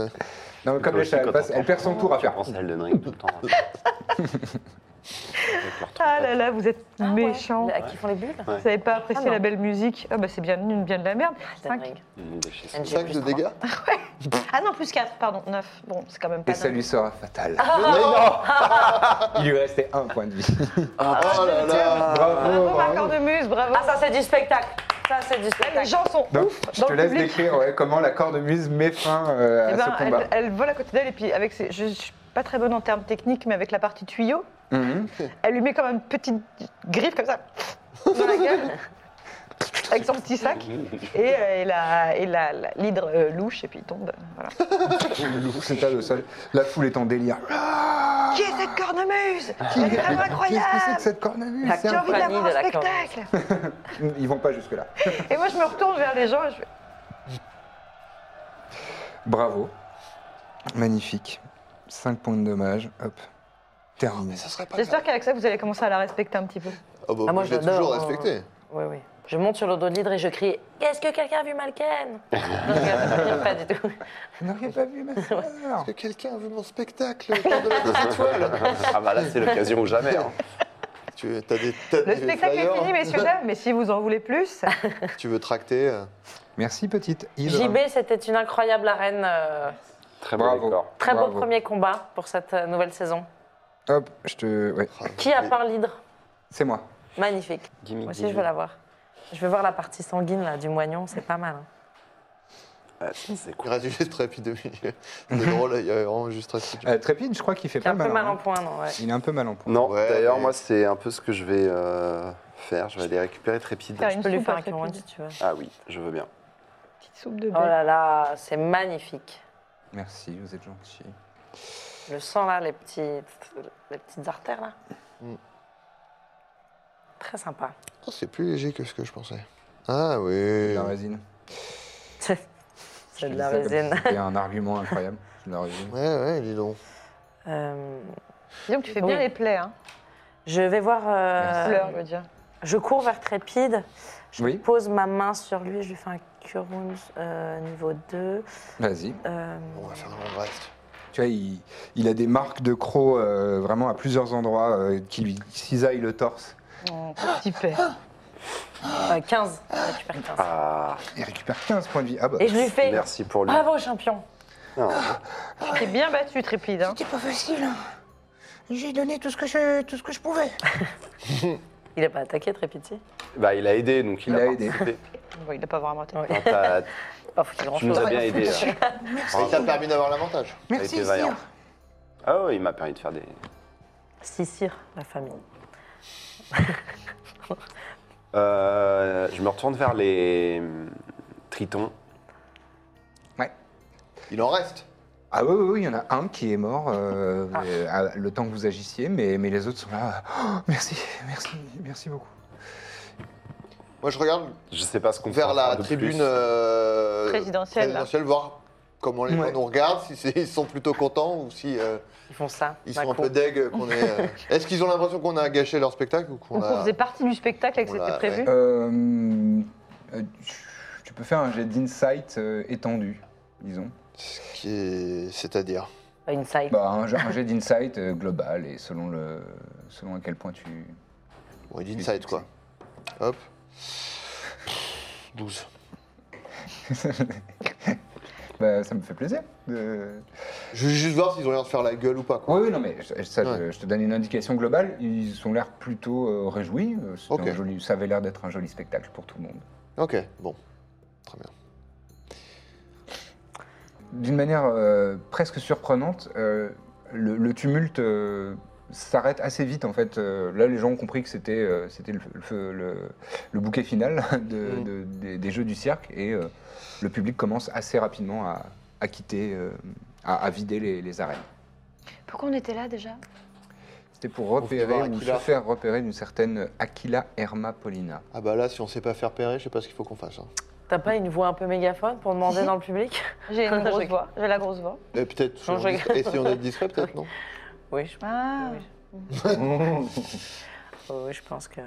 Non, mais comme les chats, elle, passe- elle perd son tour à Je faire. pense à Elden Ring <laughs> tout le temps. Avec leur Ah trompette. là là, vous êtes méchants. À qui font les bulles Ouais. Vous n'avez pas apprécié Ah non. Ah, la belle musique. Ah bah c'est bien, bien de la merde. Cinq. Elden Ring. Mmh, des chiens. NG+3. 5 de dégâts Ah non, plus 4, pardon, 9. Bon, c'est quand même pas Et ça dingue. lui sera fatal. Ah. Il lui restait un point de vie. Oh Oh, là là Bravo. Ah, Bravo, ma cornemuse, bravo. Ah, Ah ça c'est du spectacle. Ça c'est du Les spectacle. gens sont Donc, ouf je dans te le laisse public. décrire ouais, comment la cornemuse met fin euh, à Eh ben, ce combat. elle, elle vole à côté d'elle et puis avec ses, je, je suis pas très bonne en termes techniques, mais avec la partie tuyau, Mhm. elle lui met comme une petite griffe comme ça dans la gueule avec son petit sac et, euh, et la et la- la- l'hydre euh, louche et puis il tombe. Voilà. C'est ça, le sol. La foule est en délire. Ah Qui est cette cornemuse Qui- Elle est vraiment Ah, Qu'est-ce que c'est que incroyable. cette cornemuse La C'est J'ai envie de la Compagnie voir de en la spectacle. un- Ils vont pas jusque-là. Et moi je me retourne vers les gens et je fais Bravo. Magnifique. 5 points de dommage. Hop. Terminé. Ça serait pas J'espère qu'avec ça, vous allez commencer à la respecter un petit peu. Oh bah, Ah, moi, je l'ai j'adore, toujours hein. respecté. Oui oui. Je monte sur le dos de l'hydre et je crie Est-ce que quelqu'un a vu Malken <laughs> Non, je rigole, pas du tout. Vous n'auriez pas <laughs> vu ma sœur Que quelqu'un a vu mon spectacle autour de la petite étoile Ah bah là, c'est l'occasion ou jamais. hein. Tu as des têtes Le des spectacle est flyers. fini, messieurs dames, mais si vous en voulez plus, Tu veux tracter euh, Merci, petite Hydre. JB c'était une incroyable arène. euh, Très bon Bravo. décor. Très beau Bravo. premier combat pour cette euh, nouvelle saison. Hop, je te. Ouais, oh, Qui a peint l'hydre c'est moi. Magnifique. Gimme, Moi aussi, gimme. je veux la voir. Je veux voir la partie sanguine là, du moignon, c'est pas mal. hein. Ah, c'est c'est Il cool. reste juste Trépide de milieu. C'est drôle, il y a vraiment juste Trépide. Euh, Trépide, je crois qu'il fait Qui est pas un mal. peu mal hein. en point, non ouais. Il est un peu mal en point. Non, Ouais, d'ailleurs, mais- moi, c'est un peu ce que je vais euh, faire. Je vais aller récupérer Trépide. faire Je une peux lui soupe faire un avec une cameron si tu veux. Ah oui, je veux bien. petite soupe de Oh bœuf. là là, c'est magnifique. Merci, vous êtes gentil. Le sang là, les, petits, les petites artères là. Mm. Très sympa. Oh, c'est plus léger que ce que je pensais. Ah oui. La résine. c'est de la Je dis ça comme résine. si c'était un argument incroyable. De la <laughs> résine. Ouais, ouais, dis donc. Euh, Dis donc, tu fais bien Oui. les plaies, hein. je vais voir. euh, Fleurs, je veux dire. je cours vers Trépide. Je Oui. pose ma main sur lui. Je lui fais un cure wounds euh, niveau 2. Vas-y. Euh, On va faire un long reste. Tu vois, il, il a des marques de crocs euh, vraiment à plusieurs endroits euh, qui lui cisaillent le torse. Mon petit père. euh, 15. Je récupère 15. Ah, Il récupère 15 points de vie. Ah bah, Et je lui fais merci pour lui. bravo champion. Ah, <gasps> Tu t'es bien battu, Trépide. Hein. C'était pas facile. hein. J'ai donné tout ce que je, tout ce que je <laughs> pouvais. Il a pas attaqué Trépitié. bah, il a aidé, donc il, Il a, a aidé. participé. Bon, il a pas vraiment attendu. Non, t'as- <laughs> Pas foutu grand tu nous chose. as bien aidé. hein. Et ça permis d'avoir l'avantage. T'as été Merci, vaillant. Sire. Ah oui, il m'a permis de faire des. Sissir, la famille. Euh, je me retourne vers les hum, tritons. Il en reste. Ah oui, oui, oui, il y en a un qui est mort euh, euh, à- le temps que vous agissiez, mais, mais les autres sont là. Oh, merci, merci, merci beaucoup. Moi, je regarde Je sais pas ce qu'on peut vers en la faire de plus. tribune euh, Présidentielle, là. présidentielle, voir comment les gens nous regardent, si c'est- ils sont plutôt contents ou si euh, Ils font ça. ils d'un sont un coup. peu deg <laughs> qu'on est. euh, Est-ce qu'ils ont l'impression qu'on a gâché leur spectacle ou qu'on Donc on a faisait partie du spectacle et que on c'était l'a- prévu. Euh, euh, tu peux faire un jet d'insight euh, étendu, disons. ce qui est- c'est-à-dire Pas Une side. Bah, un, jet- un jet d'insight euh, global et selon, le, selon à quel point tu. <laughs> ouais, d'insight quoi. Hop. 12. bah, ça me fait plaisir. de- Je veux juste voir s'ils ont l'air de faire la gueule ou pas quoi. Ah Oui, oui, non, mais je- ça, je- je, te donne une indication globale. Ils ont l'air plutôt euh, réjouis. Euh, c'était Ok. un joli- ça avait l'air d'être un joli spectacle pour tout le monde. Ok, bon. Très bien. D'une manière euh, presque surprenante, euh, le, le tumulte euh, s'arrête assez vite en fait. Euh, là, les gens ont compris que c'était euh, c'était le, le feu- le- le bouquet final <laughs> Mm. de- de- des, des jeux du cirque et euh, le public commence assez rapidement à, à quitter, euh, à, à vider les, les arènes. Pourquoi on était là déjà C'était pour Pour faire repérer ou se Aquila. faire repérer d'une certaine Aquila Herma Paulina. Ah bah là, si on sait pas faire pérer, je sais pas ce qu'il faut qu'on fasse. hein. T'as pas une voix un peu mégaphone pour <laughs> demander dans le public J'ai <laughs> une Je grosse rigole. voix. J'ai la grosse voix. Et peut-être soyons Non, je dis- rigole. essayons d'être discret peut-être, non Oui, je, Ah. oui. Oh, oui, je pense que.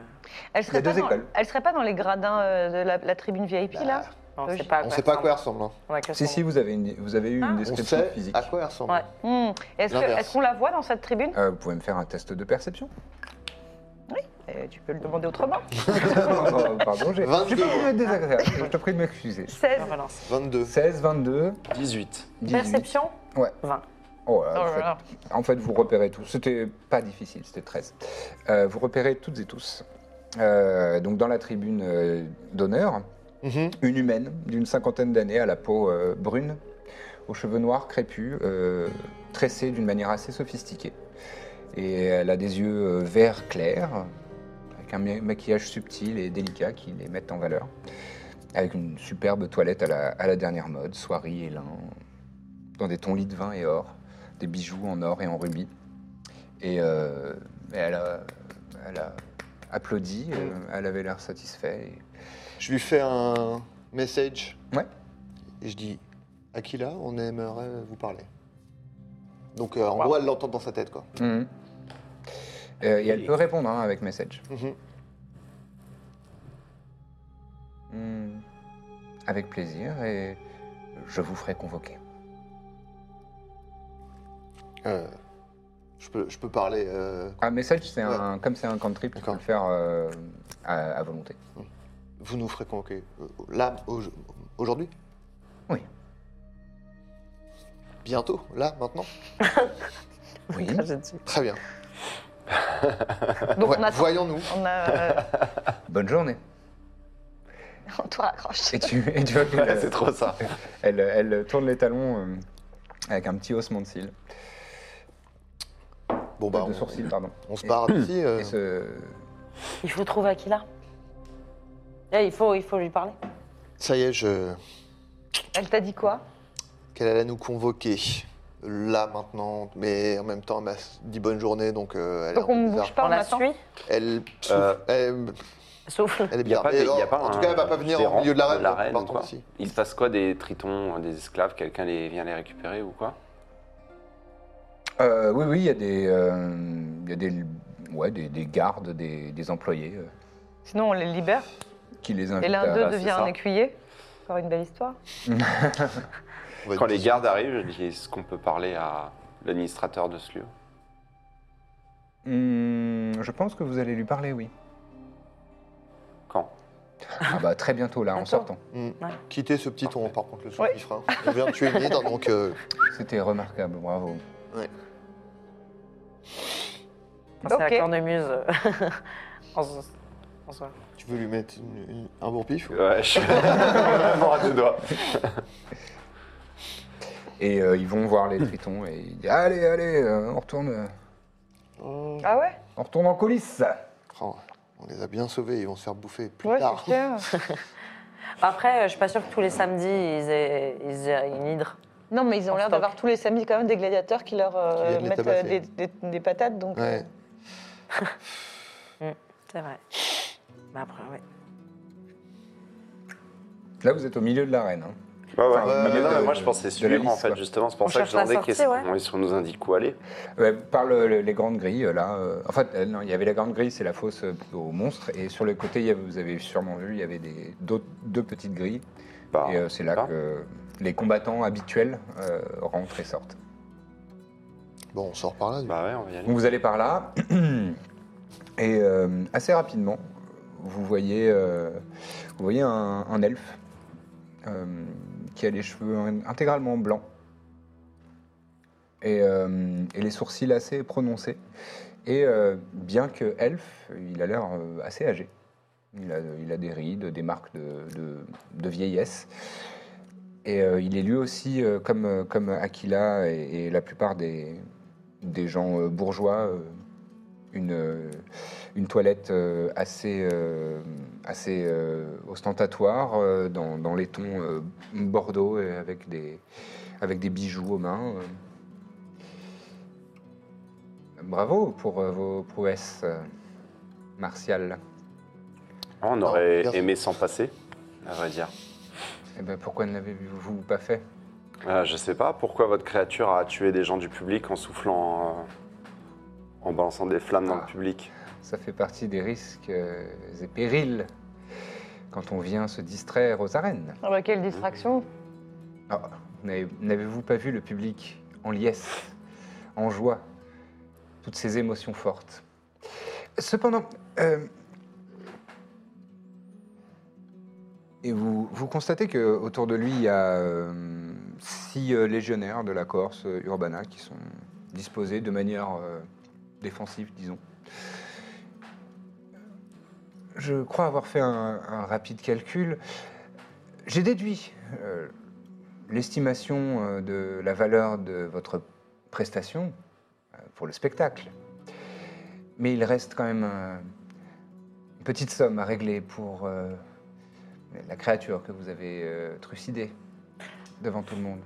Elle serait, Il y a pas deux dans, écoles. elle serait pas dans les gradins euh, de la, la tribune VIP là On Oui. sait pas à On sait pas à quoi elle Ah, ressemble. ressemble. hein. On a que Si, son- si, vous avez, une- vous avez eu Ah. une On description sait Ah. physique. à quoi elle ressemble. Ouais. Hmm. Est-ce que- L'inverse. est-ce qu'on la voit dans cette tribune Euh, vous pouvez me faire un test de <laughs> perception Eh, Tu peux le demander autrement. Oh, Pardon, j'ai j'ai 22. pas voulu être désagréable. Je te prie de m'excuser. 16. On relance. 22. 16, 22, 18. 18. Perception Ouais. 20. Oh là, Oh en, là fait, là. en fait, vous repérez tout. C'était pas difficile, c'était 13. Euh, vous repérez toutes et tous. euh, donc dans la tribune euh, d'honneur, Mhm. une humaine d'une cinquantaine d'années à la peau euh, brune, aux cheveux noirs crépus, euh, tressés d'une manière assez sophistiquée. Et elle a des yeux euh, verts clairs, avec un ma- maquillage subtil et délicat qui les mettent en valeur. Avec une superbe toilette à la, à la dernière mode, soierie et lin, dans des tons lits de vin et or, des bijoux en or et en rubis. Et euh, elle, a, elle a applaudi, euh, elle avait l'air satisfaite. et- Je lui fais un message. Ouais. Et je dis Aquila, on aimerait vous parler. Donc euh, en gros, elle l'entend dans sa tête quoi. Mhm. Euh, et elle peut répondre hein, avec message. Mhm. Mhm. Avec plaisir et je vous ferai convoquer. Euh, je, peux, je peux parler. euh, Un Ah, message, c'est un, comme c'est un cantrip, tu peux D'accord. le faire euh, à, à volonté. vous nous ferez convoquer euh, là, au- aujourd'hui Oui. Bientôt, là, maintenant Oui. J'ai dit. <laughs> Très <laughs> bien. Donc Ouais, on attend. Voyons-nous. On a. euh, Bonne journée. on te raccroche. Et tu, et tu vois <laughs> qu'elle C'est trop ça. elle, elle tourne les talons euh, avec un petit haussement de cils, Bon bah, de on, sourcils, pardon. on se barre d'ici. euh, Et ce, Il faut trouver Aquila. Eh, il, faut, il faut lui parler. Ça y est, je. Elle t'a dit quoi qu'elle allait nous convoquer là maintenant, mais en même temps elle m'a dit bonne journée donc euh, elle Donc est un peu on ne bizarre. bouge pas, on on la attend. suit Elle, Euh, elle, Souffle. elle est Y a bizarre. pas Mais des- alors, y a pas en un tout cas, elle va pas venir gérant au milieu de la de reine. la reine, donc, partons quoi. d'ici. Il se passe quoi des tritons, euh, des esclaves Quelqu'un les, vient les récupérer ou quoi Euh, oui, oui, il y a des, euh, il y a des, ouais, des, des gardes, des, des employés euh, Sinon on les libère. qui les invitent. Et l'un à- d'eux bah, c'est devient ça. un écuyer. Encore une belle histoire. On va Quand être les d'ici. gardes arrivent, je dis est-ce qu'on peut parler à l'administrateur de ce lieu Hmm, je pense que vous allez lui parler, oui. Quand Ah bah très bientôt là, en Attends. sortant. Mm. Ouais. Quitter ce petit ton par contre le son frein. On vient de tuer une hydre donc euh, C'était remarquable, bravo. C'est la Ok. cornemuse. <laughs> euh, en se- en se- tu veux lui mettre une- une- un bon pif ou- Ouais, je <laughs> Vraiment à deux doigts. Et euh, ils vont voir les tritons et ils disent allez, allez, euh, on retourne, euh, Ah ouais on retourne en coulisses. Oh, On les a bien sauvés, ils vont se faire bouffer plus Ouais, tard. c'est <laughs> clair. Après, euh, je suis pas sûre que tous les samedis, ils aient, ils aient une hydre. Non, mais ils ont En l'air stock. d'avoir tous les samedis quand même des gladiateurs qui leur euh, Qui viennent les mettent euh, tabasser. des, des- des patates. Donc, Ouais. C'est vrai. Mais après, ouais. Là, vous êtes au milieu de l'arène. hein. Ouais, ouais. Enfin, Mais milieu non, de- mais moi je pensais de la celui-là en liste, fait quoi. justement, c'est pour On ça que je cherche la demandais sortie, qu'est-ce ouais. ouais, si on nous indique où aller. Ouais, par le- les grandes grilles, euh, là. euh, en fait, euh, non, il y avait la grande grille, c'est la fosse euh, aux monstres. Et sur le côté, il y avait- vous avez sûrement vu, il y avait des, d'autres- deux petites grilles. Bah, et euh, c'est là ah. que les combattants habituels euh, rentrent et sortent. Bon, on sort par là. du coup. bah ouais, on va y aller. Donc vous allez par là. <clears throat> et euh, assez rapidement, vous voyez, euh, vous voyez un, un elfe euh, qui a les cheveux in- intégralement blancs et, euh, et les sourcils assez prononcés. Et euh, bien que elfe, il a l'air euh, assez âgé. Il a, il a des rides, des marques de, de- de vieillesse. Et euh, il est lui aussi, euh, comme, euh, comme Aquila et- et la plupart des, des gens euh, bourgeois, euh, une, euh, une toilette euh, assez, euh, assez euh, ostentatoire, euh, dans, dans les tons euh, bordeaux, et avec des, avec des bijoux aux mains. euh. Bravo pour euh, vos prouesses euh, martiales. Ah, On aurait merci. aimé s'en passer, à vrai dire. Eh ben, pourquoi ne l'avez-vous pas fait Euh, je sais pas pourquoi votre créature a tué des gens du public en soufflant, euh, en balançant des flammes dans Ah. le public. Ça fait partie des risques euh, et périls quand on vient se distraire aux arènes. Ah bah, quelle distraction. Ah, n'avez- N'avez-vous pas vu le public en liesse, en joie, toutes ces émotions fortes Cependant, euh, et vous, vous constatez que autour de lui, il y a euh, six euh, légionnaires de la Corse euh, Urbana qui sont disposés de manière euh, défensive, disons. Je crois avoir fait un, un rapide calcul. J'ai déduit euh, l'estimation euh, de la valeur de votre prestation euh, pour le spectacle. Mais il reste quand même euh, une petite somme à régler pour euh, la créature que vous avez euh, trucidée devant tout le monde.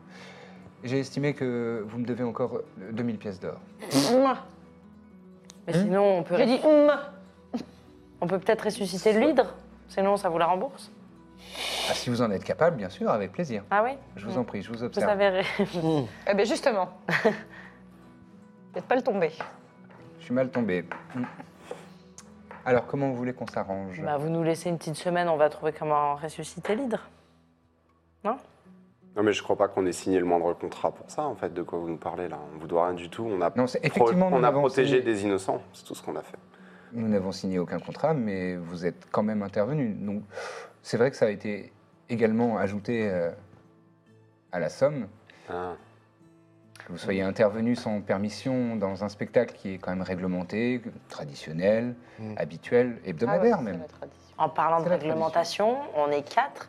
J'ai estimé que vous me devez encore euh, 2000 pièces d'or. Mouah. Mais sinon, on peut, J'ai dit hum. mouah. on peut peut-être ressusciter l'hydre. Sinon, ça vous la rembourse. Ah, si vous en êtes capable, bien sûr, avec plaisir. Ah oui Je vous en prie, je vous Vous observe. savez. Eh <laughs> ben justement. Peut-être pas le tomber. Je suis mal tombé. Mm. Alors, comment vous voulez qu'on s'arrange <laughs> Bah, vous nous laissez une petite semaine, on va trouver comment ressusciter l'hydre. Non mais je crois pas qu'on ait signé le moindre contrat pour ça en fait. De quoi vous nous parlez là On vous doit rien du tout. On a Non, c'est- pro- effectivement, on nous a avons protégé signé- des innocents. C'est tout ce qu'on a fait. Nous n'avons signé aucun contrat, mais vous êtes quand même intervenu. Donc, c'est vrai que ça a été également ajouté euh, à la somme. Ah. Que vous soyez intervenu sans permission dans un spectacle qui est quand même réglementé, traditionnel, Hmm. habituel, hebdomadaire Ah ouais, c'est même. la tradition. En parlant de C'est la réglementation, on est quatre.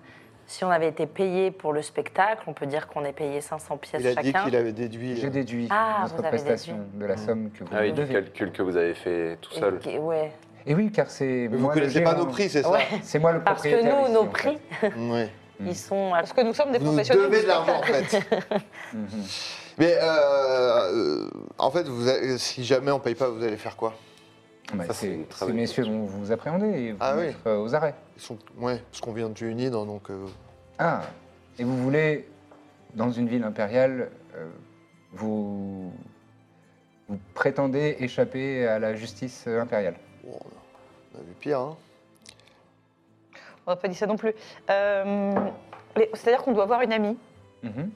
Si on avait été payé pour le spectacle, on peut dire qu'on est payé 500 pièces Il a dit chacun. qu'il avait déduit. Bah, J'ai euh, déduit Ah, vous votre avez prestation de Hmm. la somme que vous Ah oui, me du devez. calcul que vous avez fait tout Et seul. qui- ouais. Et oui, car c'est Vous moi le connaissez pas gérant. nos prix, c'est ça Ouais. C'est moi le Parce que propriétaire nous, ici, nos en fait. prix, Ouais. ils sont. à- Parce que nous sommes des Vous nous professionnels. devez du de l'argent en spectacle. fait. Mhm. Mais euh, euh, en fait, vous allez- si jamais on paye pas, vous allez faire quoi Bah, Ça, c'est ces- une ces très bonne messieurs vont vous appréhender et vous Ah oui. mettre euh, aux arrêts. Ils sont... Ouais, parce qu'on vient de tuer une hydre, donc euh, Ah, et vous voulez, dans une ville impériale, euh, vous, vous prétendez échapper à la justice euh, impériale oh, on a vu pire. Hein. On n'a pas dit ça non plus. Euh, les- C'est-à-dire qu'on doit voir une amie. Mhm.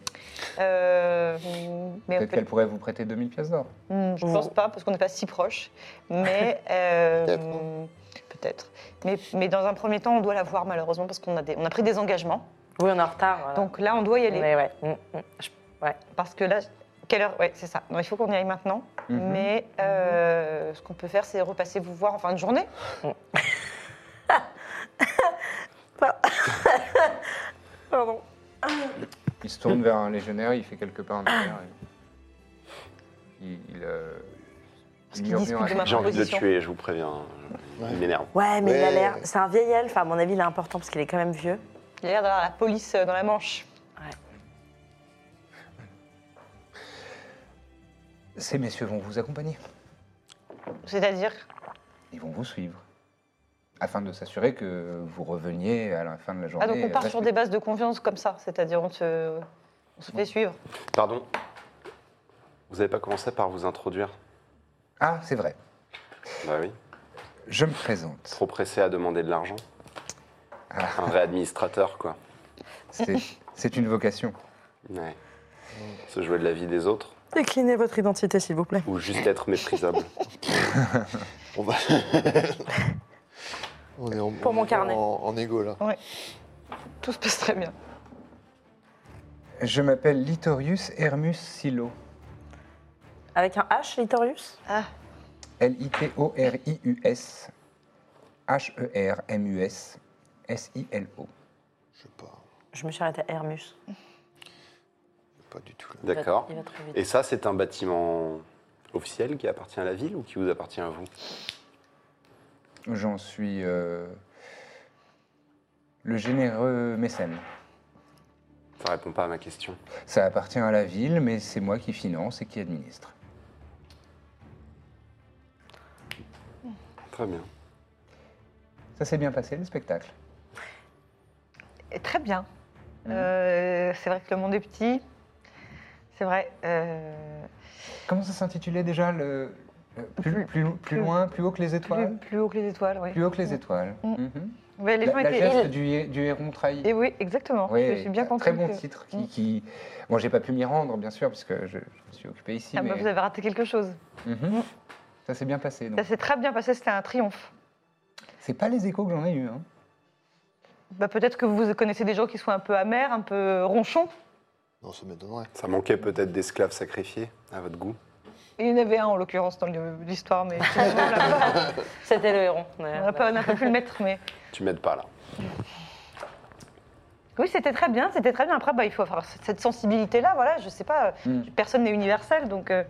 Euh, mais on Peut-être peut- qu'elle pourrait vous prêter 2000 pièces d'or. Hmm, Je ne pense pas, parce qu'on n'est pas si proches. Mais <laughs> euh, hein. hmm, peut-être. mais, mais dans un premier temps, on doit la voir, malheureusement, parce qu'on a, des- on a pris des engagements. Oui, on est en retard. voilà. Donc là, on doit y aller. Mais ouais. mm, mm. Je- Parce que là, quelle heure Ouais, c'est ça. Non, il faut qu'on y aille maintenant. Mhm. Mais euh, ce qu'on peut faire, c'est repasser vous voir en fin de journée. Pardon. Il se tourne vers un légionnaire, il fait quelques pas en arrière. Ah. et Il, il, euh, il qu'il murmure discute de à- ma J'ai envie de le proposition. tuer, je vous préviens. Il m'énerve. Ouais, mais il a Ouais. l'air. C'est un vieil elfe, à mon avis, il est important parce qu'il est quand même vieux. Il a l'air d'avoir la police euh, dans la manche. Ces messieurs vont vous accompagner. C'est-à-dire Ils vont vous suivre. afin de s'assurer que vous reveniez à la fin de la journée. Ah, donc on part sur respect- des bases de confiance comme ça, c'est-à-dire on se, on se fait suivre. Pardon Vous n'avez pas commencé par vous introduire Ah, c'est vrai. Bah oui. Je me présente. Trop pressé à demander de l'argent. Ah. Un vrai administrateur, quoi. <laughs> C'est- C'est une vocation. Ouais. Se jouer de la vie des autres Déclinez votre identité, s'il vous plaît. ou juste être méprisable. On va- on est en, Pour mon on est carnet. En, en égo, là. Tout se passe très bien. Je m'appelle Litorius Hermus Silo. Avec un H, Litorius Ah, L-I-T-O-R-I-U-S. E H-E-R-M-U-S. S-I-L-O. Je sais pas, Je me suis arrêtée à Hermus. pas du tout. là. D'accord. <laughs> Il va trop vite. Et ça, c'est un bâtiment officiel qui appartient à la ville ou qui vous appartient à vous J'en suis euh, le généreux mécène. Ça répond pas à ma question. Ça appartient à la ville, mais c'est moi qui finance et qui administre. Très bien. Ça s'est bien passé, le spectacle et très bien. Mhm. Euh, c'est vrai que le monde est petit. C'est vrai. euh, Comment ça s'intitulait déjà le... le- Plus, plus, plus loin, plus haut que les étoiles plus, plus haut que les étoiles, oui. Plus haut que les étoiles. Mm. Mhm. Mais les gens La, la étaient. geste du, hé- du héron trahi. Et oui, exactement. Oui, je suis bien contente. Très bon que- Ah, Mm. titre. Qui, qui... Bon, j'ai pas pu m'y rendre, bien sûr, parce que je, je me suis occupé ici. Ah, bah, mais... vous avez raté quelque chose. Mhm. Ça s'est bien passé. donc. Ça s'est très bien passé, c'était un triomphe. C'est pas les échos que j'en ai eu. Hein. Bah, Peut-être que vous connaissez des gens qui sont un peu amers, un peu ronchons. Non, ça m'étonnerait. Ça manquait peut-être d'esclaves sacrifiés, à votre goût. Il y en avait un en l'occurrence dans le- l'histoire, mais finalement, on l'a pas- C'était le héron. on n'a pas, on n'a pas pu le mettre. Mais... Tu m'aides pas là. Oui, c'était très bien, c'était très bien. Après, bah, il faut avoir cette sensibilité-là, voilà, je sais pas, Mm. personne n'est universel, donc euh,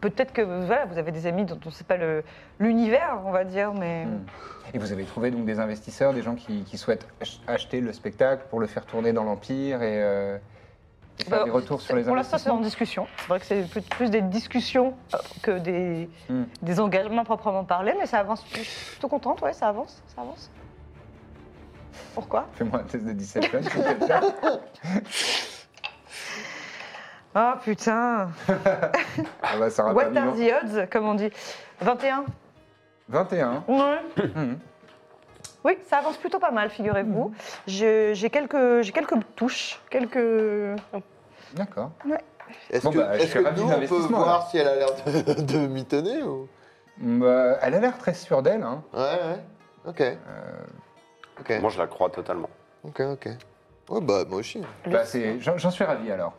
peut-être que voilà, vous avez des amis dont on ne sait pas le- l'univers, on va dire, mais Mm. Et vous avez trouvé donc des investisseurs, des gens qui, qui souhaitent ach- acheter le spectacle pour le faire tourner dans l'Empire et, euh, et faire Bah, des retours sur les pour l'instant, c'est en investissements. discussion. C'est vrai que c'est plus, plus des discussions euh, que des, Mm. des engagements proprement parlés, mais ça avance. Je suis plutôt contente, ouais, ça avance, ça avance. Pourquoi Fais-moi un test de <laughs> deception. s'il te plaît. Ah putain Ah bah, ça aura What permis are non. the odds, comme on dit 21 21. Ouais. Mhm. Hmm. Oui, ça avance plutôt pas mal, figurez-vous. Je- J'ai quelques, j'ai quelques touches, quelques. Bah, D'accord. Est-ce Bon, que, bah, je est-ce suis que ravi nous, de on peut l'investissement, voir alors. si elle a l'air de, <laughs> de mitonner ou... Bah, elle a l'air très sûre d'elle. hein. Ouais, ouais. Ok. Euh, Ok, Euh. Moi, je la crois totalement. ok, ok. Ouais, bah, moi aussi. Bah, c'est- J'en j'en suis ravi alors.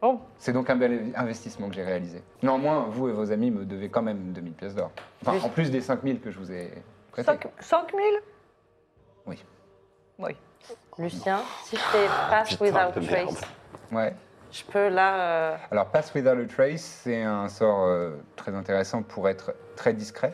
Bon. C'est donc un bel investissement que j'ai réalisé. Néanmoins, vous et vos amis me devez quand même 2000 pièces d'or. Enfin, en plus des 5000 que je vous ai prêtées. 5 000 Oui. Oui. Lucien, si je fais Pass Putain Without de merde. Trace, Ouais. je peux là. euh, Alors, Pass Without a Trace, c'est un sort euh, très intéressant pour être très discret.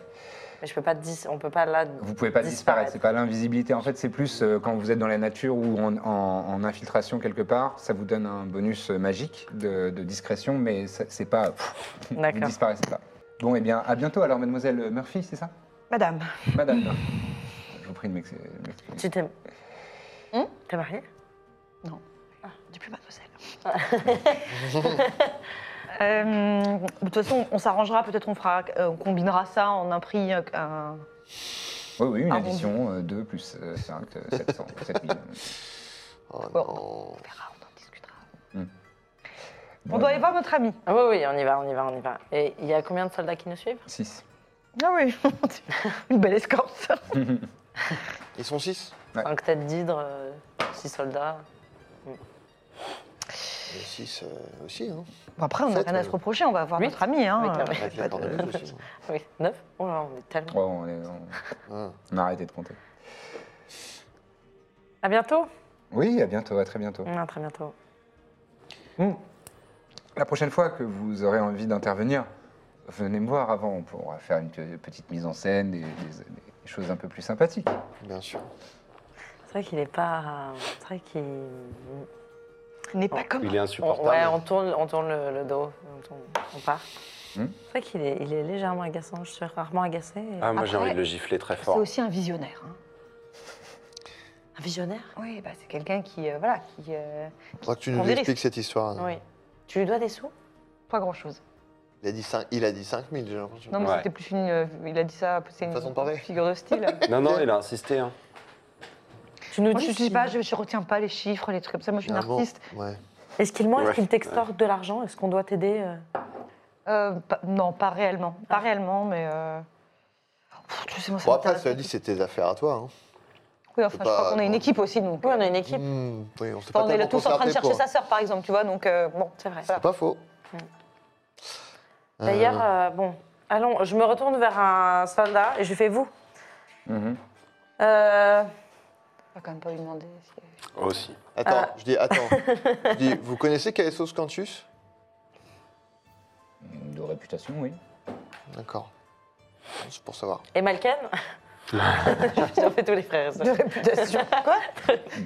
Mais je peux pas. dis- On peut pas là. Vous pouvez pas disparaître, c'est pas l'invisibilité. En fait, c'est plus euh, quand vous êtes dans la nature ou en, en- en infiltration quelque part, ça vous donne un bonus euh, magique de, de discrétion, mais ça- c'est pas. pff, vous D'accord. disparaissez pas. Bon, et bien, à bientôt alors, mademoiselle Murphy, c'est ça Madame. Madame Murphy. Je vous prie de m'ex- m'excuser. Tu t'es. Hum T'es mariée Dis Ah, plus mademoiselle. <laughs> Euh, de toute façon, on s'arrangera, peut-être on, fera, euh, on combinera ça en un prix. euh, un- Oui, oui, une Ah, addition, 2 plus euh, 5, 700, 7000. Oh, Bon. non. On verra, on en discutera. Hum. Hmm. On doit aller voir notre ami. Ah Oui, oui, on y va, on y va, on y va. Et il y a combien de soldats qui nous suivent 6. Ah <laughs> oui, une belle escorte. Ils sont six 5 têtes d'hydre, 6 euh, soldats. Et six euh, aussi, <laughs> hein. Bon, après, on n'a Sept, rien à ouais. se reprocher, on va voir Huit. notre ami. Hein. Avec un- Euh, Avec les bordelaises aussi. Oui, 9 Oh là, on est tellement. Oh, on, est- on- Ouais. on a arrêté de compter. À bientôt Oui, à bientôt, à très bientôt. Non, À très bientôt. La prochaine fois que vous aurez envie d'intervenir, venez me voir avant, on pourra faire une pe- petite mise en scène, des, des- des choses un peu plus sympathiques. <laughs> Bien sûr. C'est vrai qu'il est pas. C'est vrai qu'il. Il n'est pas comme. Oh, Il est On- ouais, insupportable. on tourne, on tourne le, le dos, on, tourne- on part. Hmm C'est vrai qu'il est, il est légèrement agaçant. Je suis rarement agacée. et- Ah, moi j'ai Après, envie de le gifler très C'est fort. aussi un visionnaire. hein. Un visionnaire Oui, bah, c'est quelqu'un qui, euh, voilà, qui. euh, Faudra que tu On nous vérifie. expliques cette histoire. hein. Oui. Tu lui dois des sous Pas grand chose. Il a dit 5 il a dit 5000, j'ai l'impression. Non, mais Ouais. c'était plus une. euh, Il a dit ça, c'est une Façon de parler. figure <laughs> de style. Non, non, il a insisté. Hein. Tu nous Moi, je dis sais si- pas, je, je retiens pas les chiffres, les trucs comme ça. Moi, je suis une Ah bon artiste. Ouais. Est-ce qu'il ment Ouais. Est-ce qu'il t'extorte de l'argent Est-ce qu'on doit t'aider euh Euh, pas- non, pas réellement. Pas réellement, mais. euh, pff, je sais, moi, ça Ah. Bon, après, m'intéresse cela pas. dit, c'est tes affaires à toi. Hein. Oui, enfin, c'est je crois pas- qu'on a une non. équipe aussi, donc. euh, Oui, on a une équipe. Hmm, oui, on s'est Enfin, pas on est là tellement tous en train de concerté chercher pour- sa sœur, par exemple, tu vois, donc euh, bon. C'est vrai. C'est pas faux. D'ailleurs, euh, bon, allons, je me retourne vers un soldat et je lui fais vous. Mhm. Euh, On va quand même pas lui demander. si- Aussi. Attends, euh, je dis, <laughs> attends. je dis, vous connaissez Caesos Cantus De réputation, oui. D'accord. C'est pour savoir. et Malken <laughs> Ils ont fait tous les frères. Bah, <laughs> et sœurs.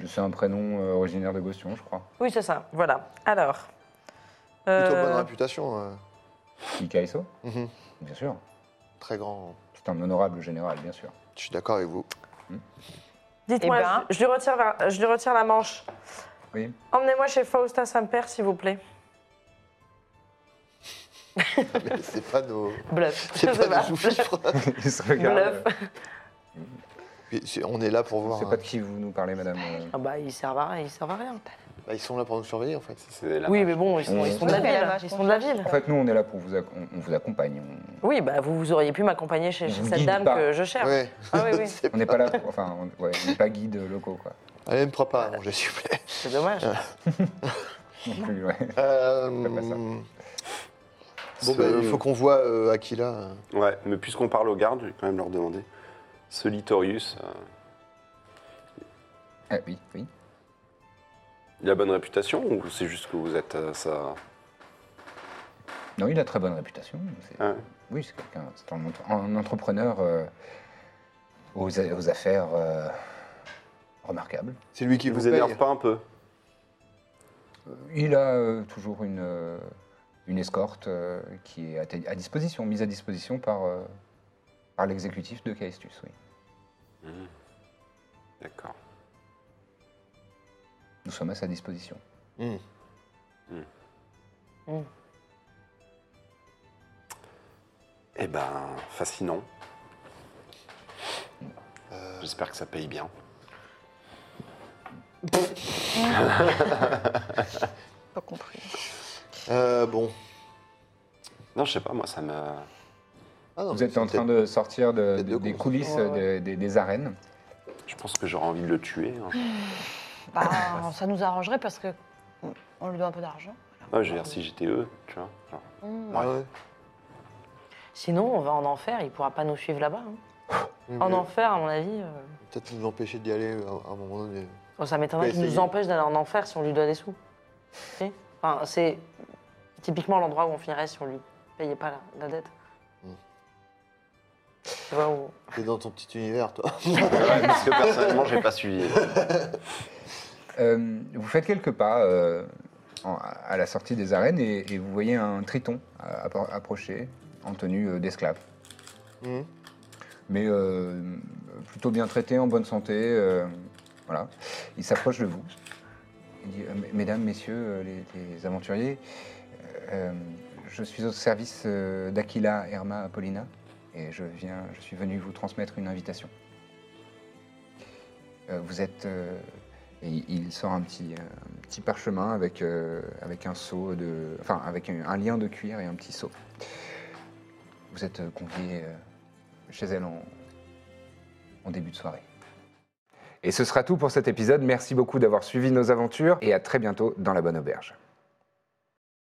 C'est un prénom euh, originaire de Gaution, je crois. Oui, c'est ça. Voilà. Alors. Plutôt euh, bonne réputation. euh, Ikaeso Mhm. Bien sûr. Très grand. C'est un honorable général, bien sûr. Je suis d'accord avec <laughs> vous. Dites-moi, Eh ben- je, je lui retire vers- je lui retire la manche. Oui. Emmenez-moi chez Fausta Samper, s'il vous plaît. Mais c'est pas nos. Bluff. C'est pas <laughs> nos sous-fifres. Il se regarde. Bluff. Mais c'est- On est là pour Je voir. sais pas hein. de qui vous nous parlez, madame. euh, Ah bah, ils servent à rien. Ils servent à rien. Bah, ils sont là pour nous surveiller, en fait. C'est la Oui, mais bon, ils sont, On- ils sont de la On fait la ville. vache, Ils on sont de la ville. En fait, nous, on est là pour vous, ac- on, on vous accompagne. On- Oui, bah, vous, vous auriez pu m'accompagner chez, On chez vous cette guide dame pas. que je cherche. Ouais. Ah oui, <laughs> oui. C'est On n'est pas là pour. Enfin, on ouais, on n'est pas guide locaux, quoi. Allez, me prends pas à manger, s'il <laughs> vous plaît. C'est dommage. Ah. Non plus, ouais. <laughs> Euh, pas ça. ben, Bon, Ce- bah, il faut qu'on voit euh, Aquila. euh. Ouais, mais puisqu'on parle aux gardes, je vais quand même leur demander. Ce Litorius, euh, Ah, oui, oui. il a bonne réputation ou c'est juste que vous êtes euh, ça Non, il a très bonne réputation. C'est- Ah Ouais. Oui, c'est quelqu'un, c'est un, entre- un entrepreneur euh, aux, a- aux affaires euh, remarquables. C'est lui qui Il vous, vous paye. énerve pas un peu Euh, Il a euh, toujours une, euh, une escorte euh, qui est à, à disposition, mise à disposition par, euh, par l'exécutif de Caestus, oui. D'accord. Nous sommes à sa disposition. Hmm. Eh ben, fascinant. J'espère que ça paye bien. Pas compris. Euh, bon. Non, je sais pas, moi ça me. Ah, non, Vous mais êtes en c'est train peut-être- de sortir de- peut-être de- de des cons. coulisses Ouais, ouais. des- des- des arènes. Je pense que j'aurais envie de le tuer. hein. Bah, ça nous arrangerait parce que on lui doit un peu d'argent. Ouais, Ah, je veux dire, si j'étais eux, tu vois. genre. Ah ouais. Sinon, on va en enfer. Il pourra pas nous suivre là-bas. hein. Oui, En mais enfer, à mon avis. euh, Peut-être nous empêcher d'y aller euh, à un moment donné. oh, ça m'étonnerait Ouais, qu'il c'est- nous empêche d'aller en enfer si on lui doit des sous. Si Enfin, c'est typiquement l'endroit où on finirait si on lui payait pas la, la dette. Mm. Tu vois où- T'es dans ton petit univers, toi. Ouais, parce que personnellement, j'ai pas suivi. Euh, vous faites quelques pas euh, en- à la sortie des arènes et, et vous voyez un triton euh, appro- approcher en tenue euh, d'esclave. Mhm. Mais euh, plutôt bien traité, en bonne santé. euh, voilà. Il s'approche de vous. Il dit, euh, mes- Mesdames, messieurs, euh, les, les aventuriers, euh, je suis au service euh, d'Aquila Herma Apollina et je, viens, je suis venu vous transmettre une invitation. Euh, vous êtes euh, et il- il sort un petit, euh, un petit parchemin avec, euh, avec un seau de. Enfin, avec un, un lien de cuir et un petit seau. Vous êtes euh, conviés euh, chez elle en, en début de soirée. Et ce sera tout pour cet épisode. Merci beaucoup d'avoir suivi nos aventures et à très bientôt dans la bonne auberge.